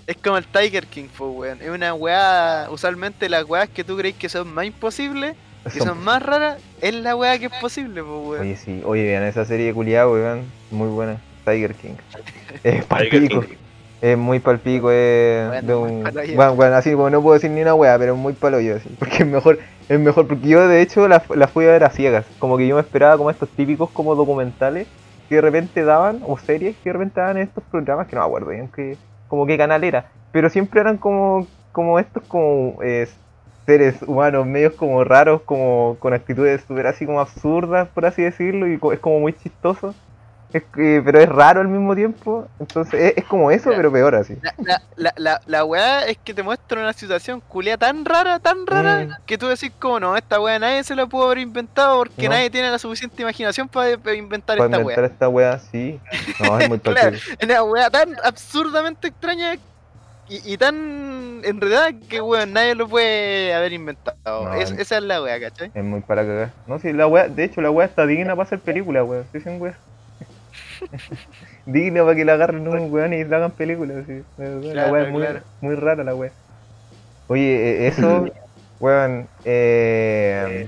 Speaker 3: Es como el Tiger King, po, weón. Es una weá. Usualmente las weas que tú crees que son más imposibles, que
Speaker 2: Eso.
Speaker 3: son más raras, es la weá que es posible, po, weón.
Speaker 2: Oye, sí. Oye, vean esa serie de culiado, weón. Muy buena. Tiger King. Es palpico. Es muy palpico, es
Speaker 3: Bueno,
Speaker 2: de
Speaker 3: muy *laughs*
Speaker 2: un...
Speaker 3: paloyo.
Speaker 2: Bueno, bueno, así como no puedo decir ni una wea, pero es muy paloyo, así. Porque es mejor, es mejor, porque yo de hecho la, la fui a ver a ciegas. Como que yo me esperaba como estos típicos como documentales que de repente daban, o series que de repente daban en estos programas, que no me acuerdo bien que, como qué canal era. Pero siempre eran como, como estos como eh, seres humanos, medios como raros, como con actitudes súper así como absurdas, por así decirlo, y co- es como muy chistoso. Es que- pero es raro al mismo tiempo, entonces es, es como eso,
Speaker 3: Ya.
Speaker 2: pero peor así.
Speaker 3: La, la, la, la, la weá es que te muestra una situación culia tan rara, tan rara,
Speaker 2: Mm.
Speaker 3: que tú decís como no, esta weá nadie se la pudo haber inventado porque
Speaker 2: No.
Speaker 3: nadie tiene la suficiente imaginación para inventar
Speaker 2: Para
Speaker 3: esta
Speaker 2: inventar
Speaker 3: weá.
Speaker 2: esta wea, sí. No,
Speaker 3: *laughs*
Speaker 2: es muy
Speaker 3: Claro.
Speaker 2: tóxico.
Speaker 3: Una weá tan absurdamente extraña y, y tan enredada que weón nadie lo puede haber inventado.
Speaker 2: No,
Speaker 3: Es-
Speaker 2: el-
Speaker 3: Esa es la weá, ¿cachai?
Speaker 2: Es muy para cagar. No, sí, la wea, de hecho, la wea está digna para hacer película, wea. Sí, sin wea. *laughs* digna para que la agarren un weón y la hagan película, sí. de verdad, la
Speaker 3: Claro,
Speaker 2: wea es muy,
Speaker 3: claro.
Speaker 2: muy rara, la wea. Oye, eh,
Speaker 3: *clears throat*
Speaker 2: eso, weón, eh.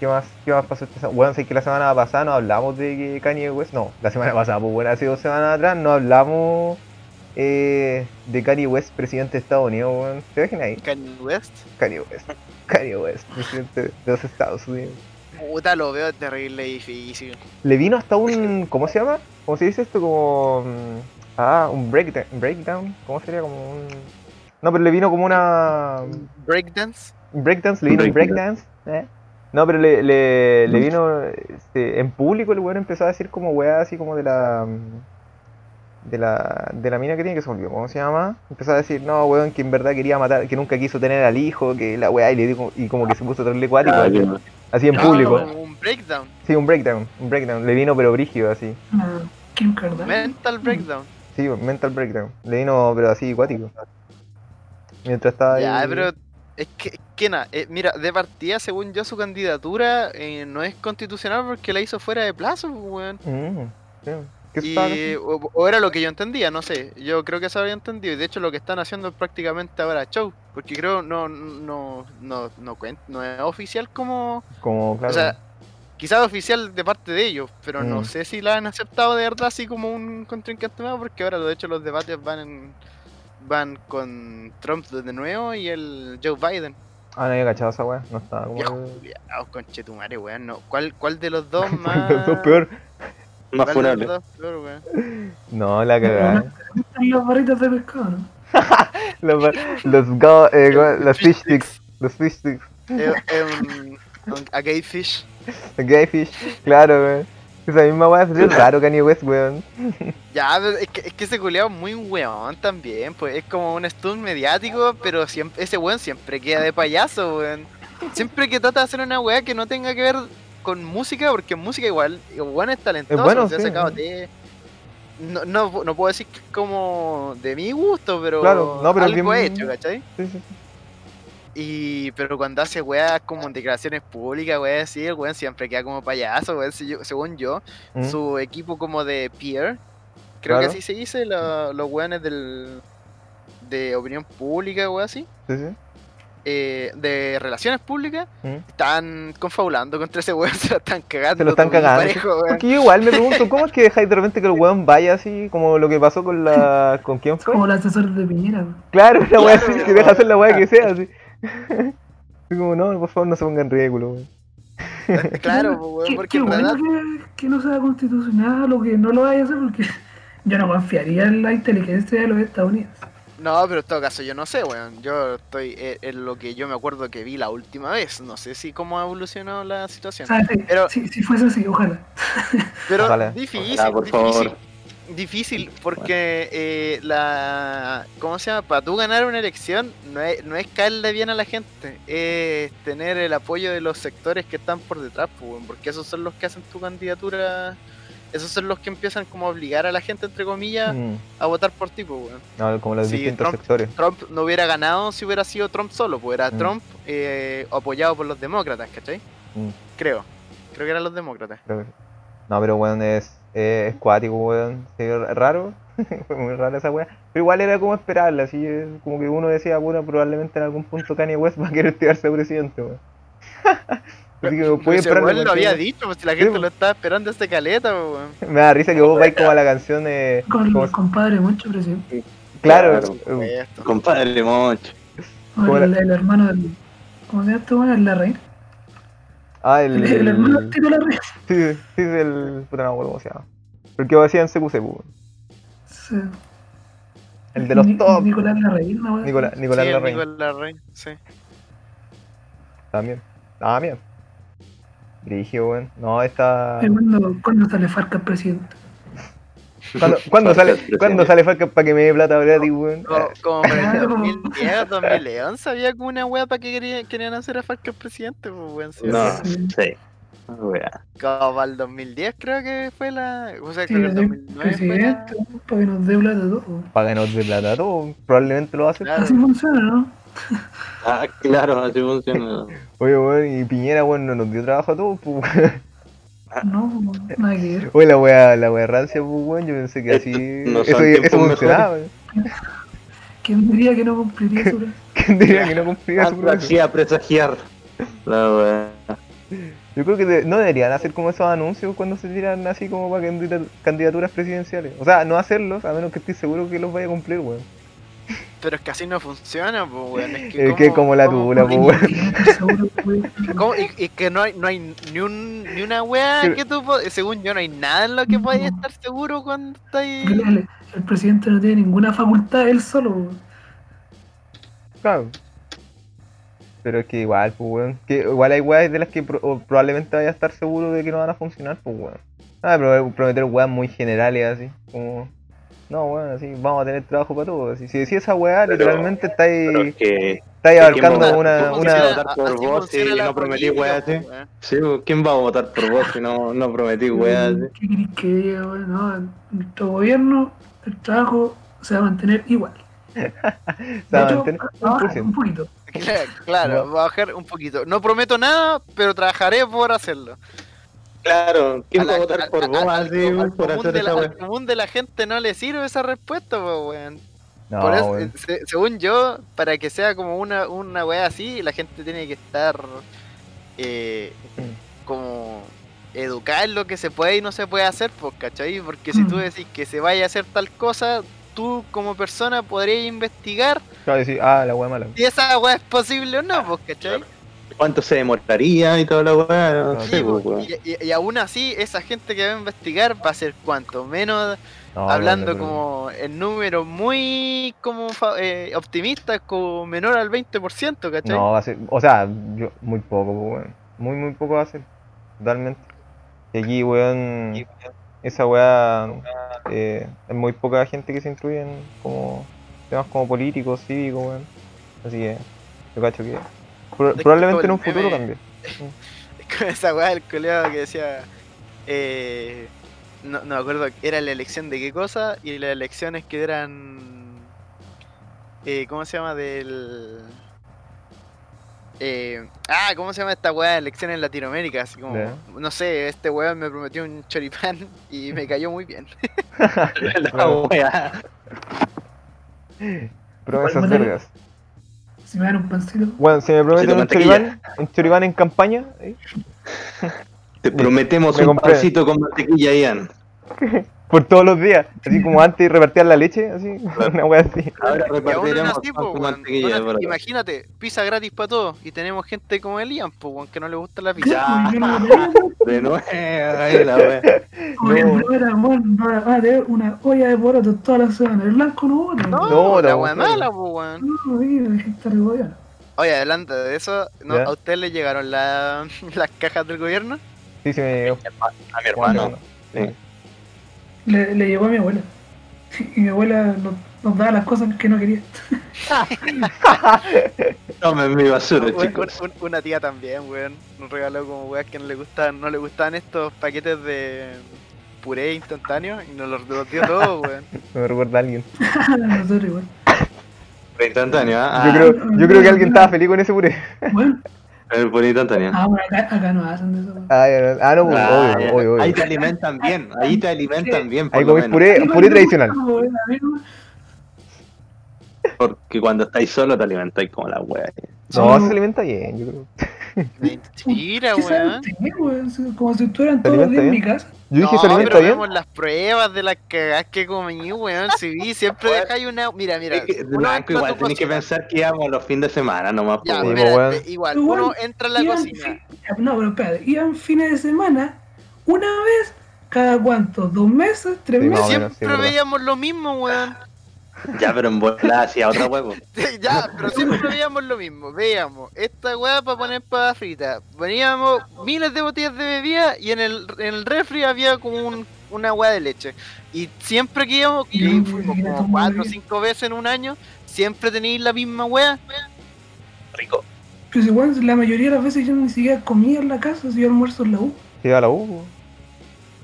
Speaker 2: ¿Qué más, ¿Qué más pasó esta semana? Bueno, sé que la semana pasada no hablamos de que Kanye West. No, la semana pasada, pues bueno, hace dos semanas atrás no hablamos eh, de Kanye West, presidente de Estados Unidos, weón. ¿Te imaginas ahí?
Speaker 3: Kanye West.
Speaker 2: Kanye West. Kanye West, presidente de los Estados Unidos.
Speaker 3: Puta, lo veo terrible y difícil.
Speaker 2: Le vino hasta un. ¿Cómo se llama? ¿Cómo se dice esto? Como. mm, Ah, un breakdown. breakdown. ¿Cómo sería? Como un. No, pero le vino como una.
Speaker 3: Breakdance.
Speaker 2: Breakdance, le vino un breakdance.
Speaker 4: Breakdance.
Speaker 2: ¿eh? No, pero le, le, le vino. este, en público el weón empezó a decir como weá así como de la. mm, De la, de la mina que tiene que se me olvidó, ¿cómo se llama? Empezó a decir, no, weón, que en verdad quería matar, que nunca quiso tener al hijo, que la weá, y, le dijo, y como que se puso terrible cuático,
Speaker 4: Ah,
Speaker 2: así,
Speaker 4: yo-
Speaker 2: así en
Speaker 3: No,
Speaker 2: público.
Speaker 3: Ah, un breakdown.
Speaker 2: Sí, un breakdown, un breakdown. Le vino pero brígido así.
Speaker 5: Ah, Kim Kardashian.
Speaker 3: Mental breakdown.
Speaker 2: Sí, mental breakdown. Le vino pero así acuático. Mientras estaba ahí.
Speaker 3: Ya, pero es que, es que nada, eh, mira, de partida, según yo, su candidatura eh, no es constitucional porque la hizo fuera de plazo, pues, weón.
Speaker 2: Mm, sí. ¿Qué
Speaker 3: Y,
Speaker 2: estaba-
Speaker 3: o, o era lo que yo entendía, no sé. Yo creo que eso habría entendido. Y de hecho, lo que están haciendo es prácticamente ahora show. Porque creo no no no no, cuen- no es oficial como.
Speaker 2: Como, claro.
Speaker 3: O sea, quizás oficial de parte de ellos, pero
Speaker 2: Mm.
Speaker 3: no sé si la han aceptado de verdad así como un contrincante nuevo. Porque ahora, de hecho, los debates van en- van con Trump de nuevo y el Joe Biden.
Speaker 2: Ah, no había cachado esa weá. No estaba como.
Speaker 3: Viejo
Speaker 2: el-
Speaker 3: culiao, Ah, oh, conchetumare, weón. No. ¿Cuál, ¿Cuál de
Speaker 2: *laughs*
Speaker 3: los dos más?
Speaker 2: Los dos peor.
Speaker 3: ¿Cuál
Speaker 4: Más
Speaker 3: de los
Speaker 4: funable. Ah,
Speaker 3: dos peor, weón?
Speaker 2: No, la
Speaker 3: *laughs*
Speaker 2: cagada.
Speaker 5: Y las barritas de pescado, ¿no?
Speaker 2: los los, go- eh, go- los fish sticks. Los fish sticks.
Speaker 3: Eh, eh, un- un- a gay fish.
Speaker 2: The gay fish. Claro, weón. Esa misma weá
Speaker 3: *laughs*
Speaker 2: sería raro Kanye West, weón.
Speaker 3: Ya, pero es que, es que ese culiao es muy weón también, pues es como un stunt mediático, pero siempre, ese weón siempre queda de payaso, weón. Siempre que trata de hacer una weá que no tenga que ver con música, porque en música igual, el weón es talentoso,
Speaker 2: bueno,
Speaker 3: se ha
Speaker 2: sí,
Speaker 3: sacado
Speaker 2: ¿no?
Speaker 3: de... No, no, no puedo decir que es como de mi gusto, pero,
Speaker 2: Claro, no, pero es
Speaker 3: algo ha
Speaker 2: bien-
Speaker 3: hecho, ¿cachai?
Speaker 2: Sí, sí, sí.
Speaker 3: Y, pero cuando hace weas como en declaraciones públicas, weas así, el weón siempre queda como payaso, weón. Si yo- según yo,
Speaker 2: Mm.
Speaker 3: su equipo como de peer, creo
Speaker 2: Claro.
Speaker 3: que así se dice, lo- los weones del, de opinión pública, weón así,
Speaker 2: Sí, sí.
Speaker 3: eh, de relaciones públicas,
Speaker 2: Mm.
Speaker 3: están confabulando contra ese weón, *laughs* se lo están cagando.
Speaker 2: Se lo están
Speaker 3: todo bien
Speaker 2: cagando. *laughs*
Speaker 3: parejo, weón.
Speaker 2: Porque yo igual me pregunto, ¿cómo es que dejáis de repente que el weón vaya así, como lo que pasó con la. ¿Con quién
Speaker 5: Es
Speaker 2: fue?
Speaker 5: como el asesor de Piñera. ¿no?
Speaker 2: Claro, una weá así,
Speaker 3: Claro.
Speaker 2: que deja hacer la weá que sea, así. *laughs* Así como, no, por favor, no se pongan ridículo, weón.
Speaker 3: Claro, po, weón,
Speaker 5: Qué-
Speaker 3: porque
Speaker 5: Qué
Speaker 3: en verdad
Speaker 5: bueno que, que no sea constitucional o que no lo vaya a hacer porque *laughs* yo no confiaría en la inteligencia de los estadounidenses.
Speaker 3: No, pero en todo caso, yo no sé, weón. Yo estoy eh, en lo que yo me acuerdo que vi la última vez. No sé si cómo ha evolucionado la
Speaker 5: O
Speaker 3: situación.
Speaker 5: sea, si-
Speaker 3: Pero-
Speaker 5: si, si fuese así, ojalá.
Speaker 3: Pero
Speaker 2: Ojalá.
Speaker 3: difícil,
Speaker 4: Ojalá, Ah, por
Speaker 3: difícil.
Speaker 4: favor.
Speaker 3: difícil porque eh, la. ¿Cómo se llama? Para tú ganar una elección no es, no es caerle bien a la gente, es tener el apoyo de los sectores que están por detrás, pues, weón, porque esos son los que hacen tu candidatura. Esos son los que empiezan como a obligar a la gente, entre comillas,
Speaker 2: Mm,
Speaker 3: a votar por ti, pues, weón.
Speaker 2: no, como los
Speaker 3: Sí,
Speaker 2: distintos
Speaker 3: Trump-
Speaker 2: sectores.
Speaker 3: Trump no hubiera ganado si hubiera sido Trump solo, pues era
Speaker 2: Mm.
Speaker 3: Trump eh, apoyado por los demócratas, ¿cachai?
Speaker 2: Mm.
Speaker 3: Creo. Creo que eran los demócratas.
Speaker 2: Pero- No, pero weón es, es, es cuático, weón. Se vio raro. *laughs* Fue muy rara esa weá. Pero igual era como esperarla, así es como que uno decía, bueno, probablemente en algún punto Kanye West va a querer tirarse a presidente, weón. *laughs* Así que
Speaker 3: Pero
Speaker 2: puede
Speaker 3: ese
Speaker 2: esperarlo,
Speaker 3: weón lo había
Speaker 2: cualquiera.
Speaker 3: dicho, pues si la gente
Speaker 2: pues.
Speaker 3: lo estaba esperando este caleta, pues, weón.
Speaker 2: *laughs* Me da risa que vos vais como a la canción de.
Speaker 5: Con
Speaker 2: como-
Speaker 5: los compadres mucho presión.
Speaker 2: claro,
Speaker 4: Claro,
Speaker 2: eh,
Speaker 3: Esto.
Speaker 4: Compadre Moncho.
Speaker 5: O
Speaker 2: Ahora-
Speaker 5: el, el hermano del. ¿Cómo se llama este weón? El la reina.
Speaker 2: ah, el.
Speaker 5: El, el hermano del Tito la reina.
Speaker 2: Sí, sí, sí, el. Puta, no me acuerdo cómo se llama. Porque lo hacían CQC, weón.
Speaker 5: Sí.
Speaker 2: El de los
Speaker 5: Ni-
Speaker 2: top.
Speaker 5: Nicolás la reina, weón.
Speaker 2: Nicolás,
Speaker 3: Sí,
Speaker 2: Nicolás
Speaker 3: el
Speaker 2: Larraín.
Speaker 3: Nicolás Larraín, sí.
Speaker 2: También. También. Dirigió, weón. No, está.
Speaker 5: Eh, ¿Cuándo, cuándo sale Farca al presidente?
Speaker 4: *laughs*
Speaker 2: ¿Cuándo, cuándo sale,
Speaker 4: Presidente.
Speaker 2: ¿cuándo sale Falcon para que me dé plata gratis, weón?
Speaker 3: Como, como para el
Speaker 5: Claro.
Speaker 3: 2010 o 2011 había como una wea para que querían, querían hacer a Falcón presidente, pues, weón. sí.
Speaker 4: No,
Speaker 5: Sí.
Speaker 4: sí. Wea.
Speaker 3: Como para el 2010 creo que fue la... O sea,
Speaker 5: Sí,
Speaker 3: creo que el
Speaker 5: sí,
Speaker 3: 2009 fue la...
Speaker 5: Presidente, weón, para que nos dé plata todo. weón.
Speaker 2: Páganos de plata todo. Probablemente lo hacen.
Speaker 3: Claro.
Speaker 5: Así funciona, ¿no?
Speaker 4: Ah, claro,
Speaker 3: *laughs*
Speaker 4: así funciona.
Speaker 2: Oye, weón, y Piñera, weón, no nos dio trabajo a todos, pues.
Speaker 5: No, weón, nada que ver.
Speaker 2: Oye, la wea, la wea rancia, pues, weón. Yo pensé que
Speaker 4: Estos
Speaker 2: así.
Speaker 4: Eh, no son
Speaker 2: eso eso
Speaker 4: tiempos
Speaker 2: funcionaba, weón. *laughs*
Speaker 5: ¿Quién diría que no cumpliría su
Speaker 2: ¿Quién diría que no cumplía su
Speaker 4: Algo
Speaker 2: plazo?
Speaker 4: hacía presagiar. La wea.
Speaker 2: Yo creo que de- no deberían hacer como esos anuncios cuando se tiran así como para candida- candidaturas presidenciales. O sea, no hacerlos, a menos que estés seguro que los vaya a cumplir, weón.
Speaker 3: Pero es que así no funciona, pues, weón. Es que,
Speaker 2: Es que como la tula, pues, weón.
Speaker 5: Seguro, weón.
Speaker 3: ¿Cómo? Y, y que no hay, no hay ni, un, ni una wea
Speaker 2: Pero-
Speaker 3: que tú, po- según yo, no hay nada en lo que podéis estar seguro cuando estáis.
Speaker 5: *laughs* El, el presidente no tiene ninguna facultad él solo. weón.
Speaker 2: Claro. Pero es que igual, pues, weón. Que igual hay weas de las que pro- o probablemente vaya a estar seguro de que no van a funcionar, pues, weón. Ah, pero prometer weas muy generales, así. Como, no, weón, así, vamos a tener trabajo para todos. Así. Si decís esa wea,
Speaker 4: Pero-
Speaker 2: literalmente
Speaker 4: Pero es
Speaker 2: estáis,
Speaker 4: que.
Speaker 2: estáis
Speaker 4: es que
Speaker 2: abarcando
Speaker 4: vota-
Speaker 2: una.
Speaker 4: tú
Speaker 2: una...
Speaker 4: funciona- votar por
Speaker 3: así
Speaker 4: vos
Speaker 3: funciona
Speaker 4: si
Speaker 3: la
Speaker 4: no prometí wea,
Speaker 3: política,
Speaker 4: sí.
Speaker 3: po, weón. *laughs*
Speaker 4: Sí, ¿quién va a votar por vos si no, no prometí weá?
Speaker 3: Mm.
Speaker 5: ¿Qué querés que diga, weón? No, nuestro gobierno, el trabajo se va a mantener igual.
Speaker 2: Se va a
Speaker 5: De hecho,
Speaker 2: mantener
Speaker 5: va a bajar
Speaker 2: 1%.
Speaker 5: un poquito.
Speaker 3: Claro, claro,
Speaker 2: No.
Speaker 3: va a bajar un poquito. No prometo nada, pero trabajaré por hacerlo.
Speaker 4: Claro, ¿quién va
Speaker 3: la-
Speaker 4: a votar por
Speaker 3: al-
Speaker 4: vos
Speaker 3: al-
Speaker 4: así,
Speaker 3: al- al
Speaker 4: por
Speaker 3: común
Speaker 4: hacer
Speaker 3: de la-
Speaker 4: esa weá?
Speaker 3: Al común de la gente no le sirve esa respuesta, po, weón.
Speaker 2: No,
Speaker 3: Por eso,
Speaker 2: weón.
Speaker 3: eh, se- según yo, para que sea como una, una weá así, la gente tiene que estar eh, como educada en lo que se puede y no se puede hacer, pues, ¿cachai? Porque si tú
Speaker 5: Mm.
Speaker 3: decís que se vaya a hacer tal cosa, tú como persona podrías investigar
Speaker 2: Claro, decís, ah, la wea mala.
Speaker 3: si esa weá es posible o no, pues, ¿cachai?
Speaker 4: ¿Cuánto se demoraría y toda la weá? No
Speaker 2: Sí,
Speaker 4: sé,
Speaker 3: po,
Speaker 4: pues, weón.
Speaker 3: y, y- y aún así, esa gente que va a investigar va a ser cuanto menos
Speaker 2: No,
Speaker 3: hablando
Speaker 2: weón, no,
Speaker 3: como en números muy como fa- eh, optimistas, como menor al 20%, ¿cachai?
Speaker 2: No, va a ser, o sea, yo, muy poco, pues, weón. Muy, muy poco va a ser. Totalmente. Y aquí, weón, esa weá, eh, es muy poca gente que se instruye en como temas como políticos, cívicos, weón. Así que, yo cacho que pro-
Speaker 3: que
Speaker 2: probablemente en
Speaker 3: todo
Speaker 2: un
Speaker 3: el
Speaker 2: futuro
Speaker 3: meme-
Speaker 2: cambie.
Speaker 3: *laughs* con esa weá del coleado que decía. eh, no, no me acuerdo, era la elección de qué cosa y las elecciones que eran. eh, ¿Cómo se llama? Del. eh, ah, ¿cómo se llama esta weá de elecciones en Latinoamérica? Así como,
Speaker 2: Ya.
Speaker 3: no sé, este weón me prometió un choripán *laughs* y me cayó muy bien.
Speaker 4: *laughs* La weá.
Speaker 2: Promesas
Speaker 5: Bueno,
Speaker 2: vergas.
Speaker 5: Si me dan un pancito,
Speaker 2: Bueno, si me prometen un
Speaker 4: mantequilla.
Speaker 2: choribán, un choribán en campaña, eh,
Speaker 4: Te prometemos
Speaker 2: Me
Speaker 4: un
Speaker 2: compré.
Speaker 4: pancito con mantequilla, Ian.
Speaker 2: por todos los días. Así como antes repartían la leche, así, *laughs* una weá así.
Speaker 4: Ahora
Speaker 3: Y aún aún
Speaker 4: repartiremos
Speaker 3: así, pues,
Speaker 4: pan
Speaker 3: po,
Speaker 4: con
Speaker 3: weón,
Speaker 4: mantequilla.
Speaker 3: aún así,
Speaker 4: para-
Speaker 3: imagínate, pizza gratis para todos y tenemos gente como el Ian, po, weón, que no le gusta la pizza. *laughs*
Speaker 5: *laughs*
Speaker 4: Ya.
Speaker 5: Yo
Speaker 4: De
Speaker 5: no lo veo,
Speaker 4: nuevo, ahí la weá.
Speaker 5: como
Speaker 2: No.
Speaker 5: que ahora, weón, va va a tener una olla de porotos toda la semana. El blanco no vota.
Speaker 3: No,
Speaker 2: No,
Speaker 3: la
Speaker 2: la weá.
Speaker 3: weá mala, po, weón.
Speaker 5: No, ahí la gente del gobierno.
Speaker 3: Oye, adelante de eso, ¿no?
Speaker 2: Ya.
Speaker 3: ¿a ustedes les llegaron la- *laughs* las cajas del gobierno?
Speaker 2: Sí, sí me llegó.
Speaker 4: A mi hermano.
Speaker 2: Sí.
Speaker 5: le, le llegó a mi abuela. Y mi abuela no- nos daba las cosas que no quería. *laughs*
Speaker 4: Tomen mi basura,
Speaker 3: Un- un-
Speaker 4: chicos.
Speaker 3: un- una tía también, weón. Nos regaló como weas que no le gustaban, no le gustaban estos paquetes de puré instantáneo y nos los, los dio todo, weón.
Speaker 2: Me recuerda a alguien.
Speaker 5: Nosotros igual.
Speaker 4: Por instantáneo, ¿ah?
Speaker 2: Yo creo, yo creo que alguien estaba feliz con ese puré.
Speaker 5: Bueno,
Speaker 4: creo... Por instantáneo.
Speaker 5: ah, bueno, acá, acá no hacen de eso. weón.
Speaker 2: Ah, ya, ah, no, pues,
Speaker 4: Ah,
Speaker 2: obvio,
Speaker 4: ya.
Speaker 2: obvio, obvio.
Speaker 4: Ahí te alimentan bien, ahí te alimentan bien. por
Speaker 2: Ahí
Speaker 4: lo
Speaker 2: comí
Speaker 4: menos.
Speaker 2: puré,
Speaker 5: Sí,
Speaker 2: eh, puré
Speaker 5: bueno,
Speaker 2: tradicional.
Speaker 5: weón, a mí, weón.
Speaker 4: Porque cuando estáis solo te alimentáis como la wea.
Speaker 2: No,
Speaker 5: Sí,
Speaker 2: se alimenta bien, yo creo.
Speaker 3: Mentira,
Speaker 5: ¿Qué sabe
Speaker 3: weón.
Speaker 5: usted, weón? Si- Como si estuvieran todos los días en mi
Speaker 2: alimenta
Speaker 5: casa.
Speaker 2: Yo dije, ¿se
Speaker 3: no,
Speaker 2: alimenta
Speaker 3: pero
Speaker 2: bien?
Speaker 3: vemos las pruebas de las cagadas que comí, weón. Si vi, siempre dejáis una. Mira, mira.
Speaker 4: Es que,
Speaker 3: uno
Speaker 4: Blanco,
Speaker 3: entra a
Speaker 4: igual
Speaker 3: tu
Speaker 4: tenés que
Speaker 3: cocina.
Speaker 4: pensar que íbamos los fines de semana nomás. pues,
Speaker 3: Ya,
Speaker 4: po,
Speaker 2: Sí,
Speaker 3: espérate,
Speaker 2: weón.
Speaker 3: igual,
Speaker 5: Pero,
Speaker 3: uno
Speaker 5: weón,
Speaker 3: entra a la
Speaker 5: iban
Speaker 3: cocina.
Speaker 5: fin- no, pero espérate, iban fines de semana, una vez, cada cuánto, dos meses, tres
Speaker 2: Sí,
Speaker 5: meses.
Speaker 2: más o menos, sí,
Speaker 3: Siempre
Speaker 2: verdad.
Speaker 3: veíamos lo mismo, weón.
Speaker 4: Ya, pero en volada hacia otro huevo.
Speaker 3: Sí,
Speaker 5: *laughs*
Speaker 3: ya, pero siempre veíamos lo mismo. Veíamos esta weá para poner papas fritas. Veníamos miles de botellas de bebida y en el, en el refri había como un- una weá de leche. Y siempre que íbamos, que
Speaker 5: Mm,
Speaker 3: fuimos
Speaker 5: mira,
Speaker 3: como
Speaker 5: toma
Speaker 3: cuatro o
Speaker 5: bebida.
Speaker 3: cinco veces en un año, siempre tenéis la misma weá.
Speaker 4: Rico.
Speaker 5: Pues igual, la mayoría de las veces yo ni siquiera comía en la casa, si yo almuerzo en la U.
Speaker 2: Sí, a la U.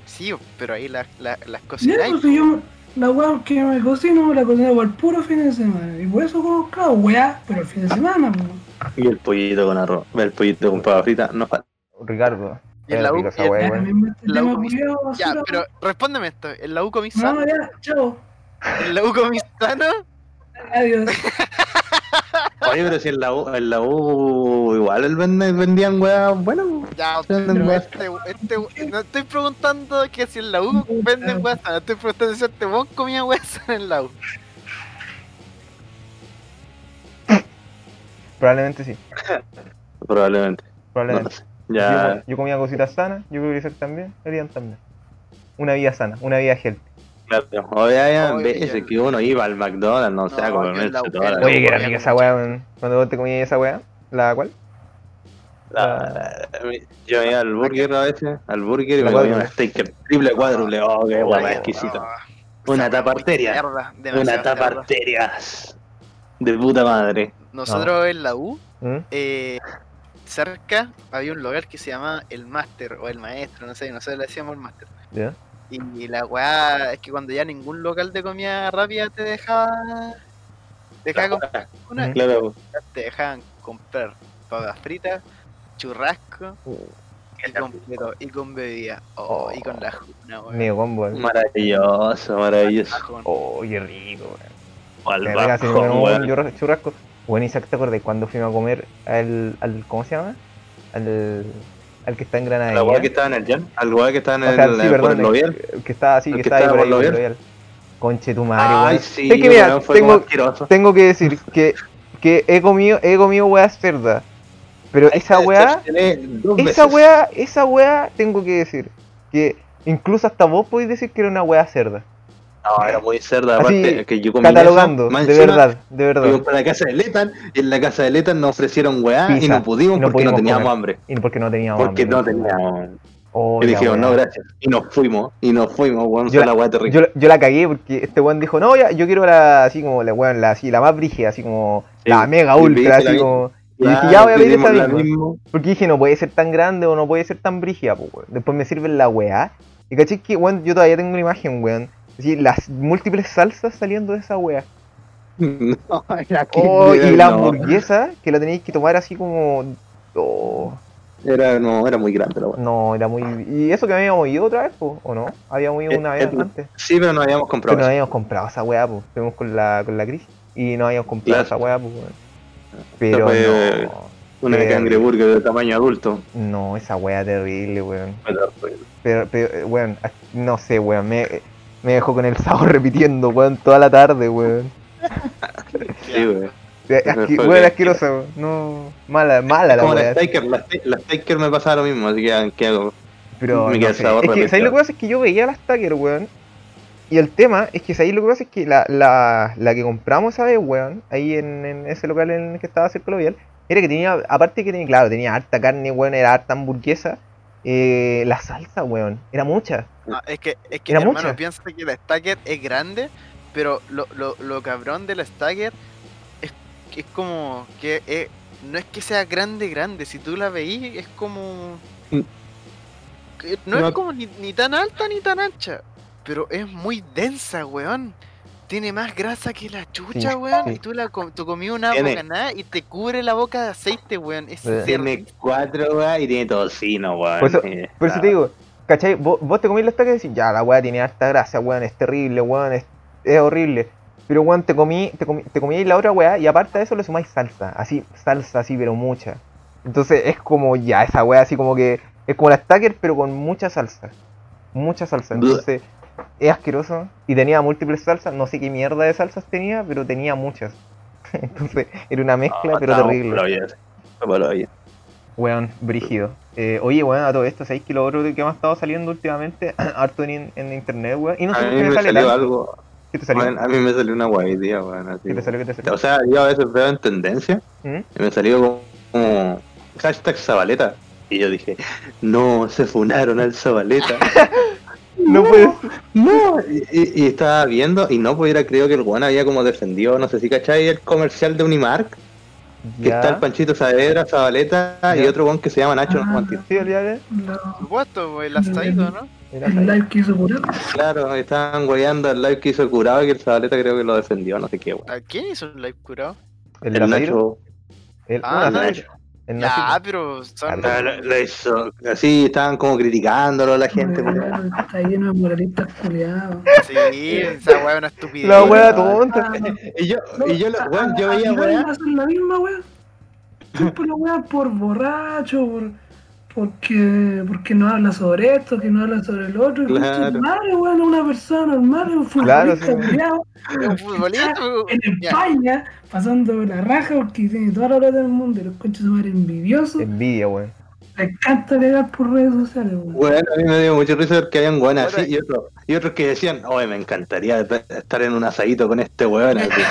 Speaker 3: Sí, pero ahí las las- las
Speaker 5: Ya, pues,
Speaker 3: cocináis.
Speaker 5: si yo, la weá que me cocino, me la cocino por puro fin de semana. Y por eso como, claro, weá, pero el fin de semana, weón.
Speaker 4: Y el pollito con arroz, el pollito con papa frita, no falta.
Speaker 2: Ricardo.
Speaker 3: Y en
Speaker 2: Era
Speaker 3: la U-
Speaker 2: rico esa
Speaker 3: y en-
Speaker 2: wea,
Speaker 5: Ya,
Speaker 2: weón.
Speaker 5: también me- este
Speaker 3: la
Speaker 5: tema
Speaker 3: U comí-
Speaker 5: culiao, basura,
Speaker 3: Ya, pero respóndeme esto. En la U comí
Speaker 5: weón.
Speaker 3: sano.
Speaker 5: No, ya, chao.
Speaker 3: En la U comí sano.
Speaker 5: Adiós.
Speaker 4: Oye, pero si en la U, en la U igual el vende- vendían weas bueno.
Speaker 5: *laughs*
Speaker 3: Ya,
Speaker 4: Venden
Speaker 3: pero
Speaker 4: weas.
Speaker 3: este, este, no estoy preguntando que si en la U venden weas sanas, estoy preguntando si este weón comía weas sanas en la U.
Speaker 2: Probablemente sí.
Speaker 4: Probablemente. No lo
Speaker 2: Probablemente.
Speaker 4: sé. Ya.
Speaker 2: Yo, yo comía cositas sanas, yo creo que Isaac también, Elian también. Una vida sana, una vida healthy.
Speaker 4: Claro, había
Speaker 3: Oye,
Speaker 4: veces
Speaker 3: ya.
Speaker 4: que uno iba al McDonald's, no, sé, a
Speaker 3: No, yo
Speaker 4: comerse
Speaker 3: en la U-
Speaker 4: toda la,
Speaker 3: Pero
Speaker 2: Oye, que era
Speaker 3: bueno.
Speaker 2: rica esa weá, weón. Cuando vos te comías esa weá, ¿la cual?
Speaker 4: la- la- Yo iba al burger a veces, al burger y
Speaker 2: La
Speaker 4: me comía
Speaker 2: cuadruple.
Speaker 4: un steak triple cuádruple. Oh, qué guapa,
Speaker 2: Ay,
Speaker 4: exquisito.
Speaker 3: Ah,
Speaker 4: Una tapa
Speaker 3: muy
Speaker 4: arteria.
Speaker 3: mierda, demasiado
Speaker 4: Una tapa
Speaker 3: mierda.
Speaker 4: arterias. De puta madre.
Speaker 3: Nosotros en la U,
Speaker 2: ¿Mm?
Speaker 3: eh, cerca había un lugar que se llamaba El Máster o El Maestro, no sé, nosotros le decíamos El Máster.
Speaker 2: ¿Ya?
Speaker 3: Y, y la weá es que cuando ya ningún local de comida rápida te dejaba. Te dejaba comprar una,
Speaker 2: Ujú.
Speaker 4: Claro,
Speaker 3: te dejaban comprar papas fritas, churrasco y con, pero- y con bebida. Oh, y con la juna, weón.
Speaker 2: Medio combo, weón.
Speaker 4: maravilloso, maravilloso.
Speaker 3: Con-
Speaker 2: Oh, qué rico, weón.
Speaker 4: Al
Speaker 2: Me pega así,
Speaker 4: bajo,
Speaker 2: me-
Speaker 4: weón.
Speaker 2: un churra- churrasco. Bueno, Isaac, ¿te acordás cuando fuimos a comer al, al. ¿Cómo se llama? Al. Al que está en Granada.
Speaker 4: La weá que estaba en el jam, al weá que estaba en
Speaker 2: O sea,
Speaker 4: el,
Speaker 2: sí,
Speaker 4: por
Speaker 2: perdón, eh.
Speaker 4: el Lovier.
Speaker 2: que estaba así,
Speaker 4: El
Speaker 2: que
Speaker 4: que
Speaker 2: estaba ahí
Speaker 4: estaba
Speaker 2: por ahí,
Speaker 4: por
Speaker 2: por
Speaker 4: Lovier.
Speaker 2: Lovier. Conche tu madre,
Speaker 4: Ay,
Speaker 2: weón.
Speaker 4: sí,
Speaker 2: es que mira,
Speaker 4: weón, fue como
Speaker 2: tengo,
Speaker 4: asqueroso.
Speaker 2: tengo que decir que, que he comido, he comido weas cerdas. Pero esa
Speaker 4: *laughs*
Speaker 2: weá,
Speaker 4: Cercené dos
Speaker 2: esa
Speaker 4: veces.
Speaker 2: weá, esa weá, tengo que decir. Que incluso hasta vos podéis decir que era una weá cerda.
Speaker 4: No, era muy cerda,
Speaker 2: Así,
Speaker 4: aparte que yo comí
Speaker 2: Catalogando,
Speaker 4: eso, más
Speaker 2: de
Speaker 4: encima,
Speaker 2: verdad, de verdad.
Speaker 4: Fuimos para la casa de Letan y en la casa de Letan nos ofrecieron weá y
Speaker 2: Pizza,
Speaker 4: no pudimos
Speaker 2: y no
Speaker 4: porque no
Speaker 2: pudimos
Speaker 4: teníamos
Speaker 2: comer.
Speaker 4: hambre.
Speaker 2: Y porque no teníamos
Speaker 4: Porque
Speaker 2: hambre.
Speaker 4: no teníamos.
Speaker 2: Oh,
Speaker 4: Y
Speaker 2: la
Speaker 4: dijimos,
Speaker 2: weá.
Speaker 4: no, gracias. Y nos fuimos, y nos fuimos, weón.
Speaker 2: Yo
Speaker 4: Fue
Speaker 2: la-
Speaker 4: la weá terrible.
Speaker 2: Yo, la- yo la cagué porque este weón dijo, no, ya, yo quiero la así como la weón, la así, la más brígida, así como
Speaker 4: Sí,
Speaker 2: la mega
Speaker 4: y
Speaker 2: ultra,
Speaker 4: pediste la
Speaker 2: así
Speaker 4: misma.
Speaker 2: como. Y
Speaker 4: Claro,
Speaker 2: dije, ya voy a pedir
Speaker 4: pedimos
Speaker 2: esa
Speaker 4: la
Speaker 2: misma. Porque dije, no puede ser tan grande o no puede ser tan brígida, pues, weón. Después me sirven la weá. Y caché que, weón, yo todavía tengo una imagen, weón. Así, las múltiples salsas saliendo de esa
Speaker 4: *laughs*
Speaker 2: weá.
Speaker 4: misma. *laughs* No, era que-
Speaker 2: Oh, y
Speaker 4: era-
Speaker 2: la
Speaker 4: no,
Speaker 2: hamburguesa, que la tenéis que tomar así como. Oh,
Speaker 4: Era, no, era muy grande la weá.
Speaker 2: no, era muy. ¿Y eso que habíamos ido otra vez, po? ¿O no? Habíamos ido
Speaker 4: Eh,
Speaker 2: una vez
Speaker 4: eh,
Speaker 2: antes.
Speaker 4: Sí, pero no habíamos
Speaker 2: Pero
Speaker 4: comprado.
Speaker 2: no
Speaker 4: eso.
Speaker 2: habíamos comprado esa weá, pues. Fuimos con la, con la Cris y no habíamos comprado
Speaker 4: Claro.
Speaker 2: esa weá, pues, weón. Pero
Speaker 4: fue- Una
Speaker 2: eh,
Speaker 4: cangreburger de tamaño adulto.
Speaker 2: no, no, esa weá terrible, weón.
Speaker 4: Pero,
Speaker 2: Pero, pero eh, weón, ah, no sé, weón, me, eh, me dejó con el sabor *laughs* repitiendo, weón, toda la tarde, weón.
Speaker 4: Sí, weón.
Speaker 2: Eh,
Speaker 4: Pero
Speaker 2: asqui-
Speaker 4: fue
Speaker 2: weón,
Speaker 4: que-
Speaker 2: asqueroso, weón. No, mala, mala la
Speaker 4: Como la
Speaker 2: weá.
Speaker 4: Staker, la, Sta- la Staker me pasaba lo mismo, así que, ¿qué hago?
Speaker 2: Pero,
Speaker 4: me
Speaker 2: no
Speaker 4: queda
Speaker 2: sé.
Speaker 4: sabor
Speaker 2: es que, ¿sabéis lo
Speaker 4: repitiendo.
Speaker 2: que pasa? Es que yo veía las Tucker, weón. Y el tema es que, ¿sabéis lo que pasa? Es que la, la, la que compramos esa vez, weón, ahí en, en ese local en el que estaba cerca de Lovial, era que tenía, aparte que tenía, claro, tenía harta carne, weón, era harta hamburguesa. eh, la salsa, weón. Era mucha.
Speaker 3: No, es que, es que
Speaker 2: Era
Speaker 3: hermano,
Speaker 2: mucha.
Speaker 3: piensa que la Stagger es grande, pero lo, lo, lo cabrón de la Stagger es, que es como que es- no es que sea grande, grande. Si tú la veís, es como.
Speaker 4: Mm.
Speaker 3: que No,
Speaker 4: No.
Speaker 3: es como ni, ni tan alta ni tan ancha, pero es muy densa, weón. Tiene más grasa que la chucha,
Speaker 2: Sí,
Speaker 3: weón.
Speaker 4: sí.
Speaker 3: Y tú, la com- tú comí una
Speaker 4: Tiene-
Speaker 3: bocanada y te cubre la boca de aceite, weón. Es
Speaker 2: Tiene-
Speaker 4: Tiene cuatro, weón, y tiene tocino, weón.
Speaker 2: Por eso-
Speaker 4: Eh,
Speaker 2: Por eso
Speaker 4: ah,
Speaker 2: te digo, ¿cachai? Vos, vos te comís la estaca y decís, ya, la weá tiene harta grasa, weón, es terrible, weón, es, es horrible. Pero, weón, te comí, te comí, te comí la otra weá y aparte de eso le sumáis salsa. Así, salsa, así, pero mucha. Entonces es como, ya, esa weá así como que... Es como la stacker, pero con mucha salsa. Mucha salsa.
Speaker 4: Bleh.
Speaker 2: Entonces, es asqueroso. Y tenía múltiples salsas. No sé qué mierda de salsas tenía, pero tenía muchas. *laughs* Entonces, era una mezcla, pero
Speaker 4: estamos
Speaker 2: terrible.
Speaker 4: por hoy, estamos por hoy.
Speaker 2: Weón, brígido. Eh, oye, weón, a todo esto, ¿sabéis que lo otro que me ha estado saliendo últimamente, *clears throat* harto en, en internet, weón? Y no
Speaker 4: A
Speaker 2: sé
Speaker 4: mí
Speaker 2: qué
Speaker 4: me
Speaker 2: me sale
Speaker 4: salió
Speaker 2: tanto.
Speaker 4: algo.
Speaker 2: ¿Qué te salió?
Speaker 4: weón, a mí me salió una guay día, weón. así,
Speaker 2: ¿Qué te salió? ¿Qué te salió?
Speaker 4: O sea, yo a veces veo en tendencia
Speaker 2: ¿Mm?
Speaker 4: y me salió como, como hashtag Zabaleta. Y yo dije, no, se funaron
Speaker 2: *laughs*
Speaker 4: al Zabaleta.
Speaker 2: No puedes.
Speaker 4: No, y, y- y estaba viendo y no pudiera creo que el weón había como defendido, no sé si cachai, el comercial de Unimark, que está el
Speaker 2: Ya.
Speaker 4: Panchito Saavedra, Zabaleta y
Speaker 2: Ya.
Speaker 4: otro weón que se llama Nacho, no
Speaker 5: Ah.
Speaker 4: sé,
Speaker 2: Sí, olvídate.
Speaker 5: Lo-
Speaker 3: Supuesto, weón, la Stagger, ¿no?
Speaker 2: Mira,
Speaker 5: el
Speaker 2: ahí.
Speaker 5: live que hizo por él.
Speaker 4: Claro, estaban guayando el live que hizo el curado y que el Zabaleta creo que lo defendió, no sé qué, weón.
Speaker 3: ¿A quién hizo el live curado?
Speaker 2: El
Speaker 4: El
Speaker 2: Nazairo.
Speaker 4: Nacho,
Speaker 2: El
Speaker 3: Ah,
Speaker 2: el
Speaker 4: el
Speaker 2: Nazairo.
Speaker 4: Nacho.
Speaker 2: El
Speaker 3: Ya,
Speaker 2: Nazairo.
Speaker 3: pero son
Speaker 4: Ah, lo- lo hizo- Así estaban como criticándolo a la gente. weón.
Speaker 3: Ah.
Speaker 5: Claro, Está lleno de moralistas culiados. Ah,
Speaker 3: Sí, esa weá es una estupidez.
Speaker 2: La wea
Speaker 4: no.
Speaker 2: tonta.
Speaker 4: Y yo, y yo, lo- weón, yo veía,
Speaker 5: Al final
Speaker 4: weón.
Speaker 5: va a ser la misma, weón. Siempre la weá por borracho, por, porque, porque no habla sobre esto, que no habla sobre el otro.
Speaker 4: Claro.
Speaker 5: Claro. Madre, weón, una persona normal, un
Speaker 2: Claro,
Speaker 5: futbolista
Speaker 2: sí.
Speaker 5: culiao,
Speaker 3: Es un futbolista.
Speaker 5: *laughs*
Speaker 3: weón.
Speaker 5: en
Speaker 3: Ya,
Speaker 5: España, pasando la raja, porque tiene toda la hora del mundo, y los conches son envidiosos.
Speaker 2: Envidia, weón.
Speaker 5: Le encanta pegar por redes sociales, weón.
Speaker 4: Bueno, a mí me dio mucho risa ver que había un weón así
Speaker 3: Ahora-
Speaker 4: y otros y otros que decían, oye, me encantaría pe- estar en un asadito con
Speaker 3: *laughs*
Speaker 4: este weón. Así.